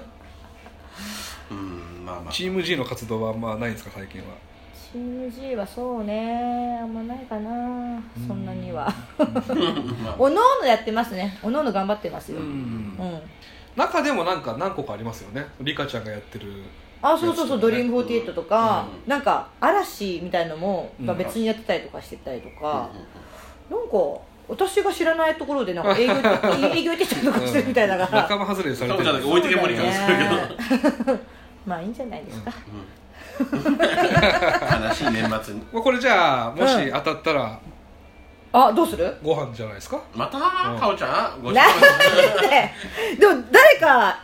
Speaker 3: うんまあまあ
Speaker 2: チーム G の活動はあんまないんですか最近は
Speaker 1: チーム G はそうねあんまないかなそんなには
Speaker 3: まあ
Speaker 1: おのおのやってますねおのおの頑張ってますよ、うん
Speaker 2: 中でもなんか何個かありますよねリカちゃんがやってる
Speaker 1: あそうそうそう「
Speaker 2: そう
Speaker 1: ド
Speaker 2: で
Speaker 1: リ
Speaker 2: す
Speaker 1: ー
Speaker 2: ね
Speaker 1: ム4 8とか、
Speaker 3: うん
Speaker 1: なんか嵐みたいのも、
Speaker 2: うん
Speaker 1: まあ別にやってたりとかしてたりとか
Speaker 3: うん、うんうん
Speaker 1: なんか私が知らないところでなんか営業 営業行ってたりとかしてるみたいだから、
Speaker 2: 仲間外れされて
Speaker 3: 仲間外れ置いてけぼり感じするけど
Speaker 1: ど まあいいんじゃないですか、
Speaker 3: うん悲しい年末に
Speaker 2: まあこれじゃあも
Speaker 1: う
Speaker 2: し
Speaker 1: ん
Speaker 2: 当たったら
Speaker 1: あどうする
Speaker 2: ご飯じゃないですか
Speaker 3: またかおちゃんごちそ
Speaker 1: な
Speaker 3: う
Speaker 1: いってでも誰か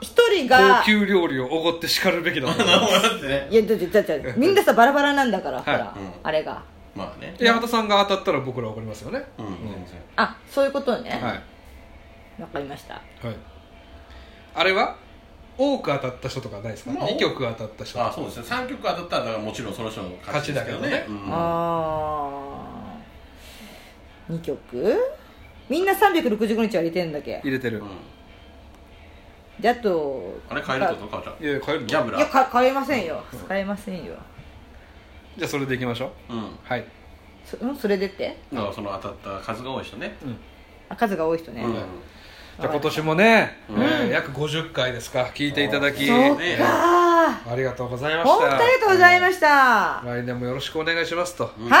Speaker 1: 一人が
Speaker 2: 高級料理をおごって叱るべきだと思います
Speaker 3: さまでね
Speaker 1: いやだってだってみんなさバラバラなんだから、ほら、
Speaker 2: はい
Speaker 3: うん
Speaker 1: あれが
Speaker 3: まあね
Speaker 2: で八幡さんが当たったら僕ら怒りますよね
Speaker 3: うん
Speaker 2: ん
Speaker 3: 全然
Speaker 1: あそういうことね、
Speaker 2: はい
Speaker 1: わかりました
Speaker 2: はいあれは多く当たった人とかないですか
Speaker 3: まあ
Speaker 2: 2曲当たった人と
Speaker 3: あ
Speaker 2: か
Speaker 3: そうですね3曲当たったらだからもちろんその人の勝ちですけどね
Speaker 2: 勝ちだけ
Speaker 3: う
Speaker 1: あ
Speaker 3: ん
Speaker 1: あ2曲みんな365日は入れてるんだっけ
Speaker 2: 入れてる
Speaker 3: うん
Speaker 1: であと
Speaker 3: あれ変えるってことかおちゃん
Speaker 2: いやいや変えるの
Speaker 3: ギャンブ
Speaker 1: い
Speaker 3: ラ
Speaker 1: や
Speaker 3: ー
Speaker 1: か買えませんよ買えませんよ
Speaker 2: じゃあそれでいきましょう
Speaker 3: うん
Speaker 2: はい
Speaker 1: そ,、うん、それでって
Speaker 3: だからその当たった数が多い人ね
Speaker 2: うん
Speaker 1: あ数が多い人ね、
Speaker 3: うん
Speaker 2: じゃあ今年もね、
Speaker 3: うん
Speaker 2: えー約50回ですか聞いていただき、
Speaker 1: そうか
Speaker 2: え
Speaker 1: ー
Speaker 2: ーありがとうございました
Speaker 1: 本当ありがとうございました、
Speaker 2: 来年もよろしくお願いしますと、
Speaker 3: うん
Speaker 1: はい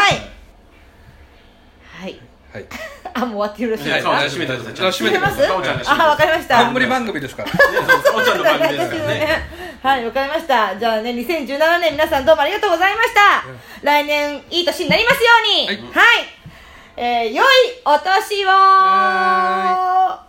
Speaker 1: はい
Speaker 2: はい
Speaker 1: あもう終わってよろしい
Speaker 3: い
Speaker 1: で
Speaker 3: や
Speaker 1: す
Speaker 3: かお
Speaker 1: か
Speaker 3: ちゃん閉めてくださいちゃんと
Speaker 2: 閉めてくだ
Speaker 1: さい
Speaker 3: かおちゃんが閉めてください
Speaker 1: あわかりました
Speaker 2: 冠番組ですから
Speaker 3: いやそうそうおちゃんの番組ですからね
Speaker 1: はい、わかりました。じゃあね、2017年皆さんどうもありがとうございました。来年いい年になりますように。
Speaker 2: はい
Speaker 1: はい。えー良いお年を
Speaker 2: は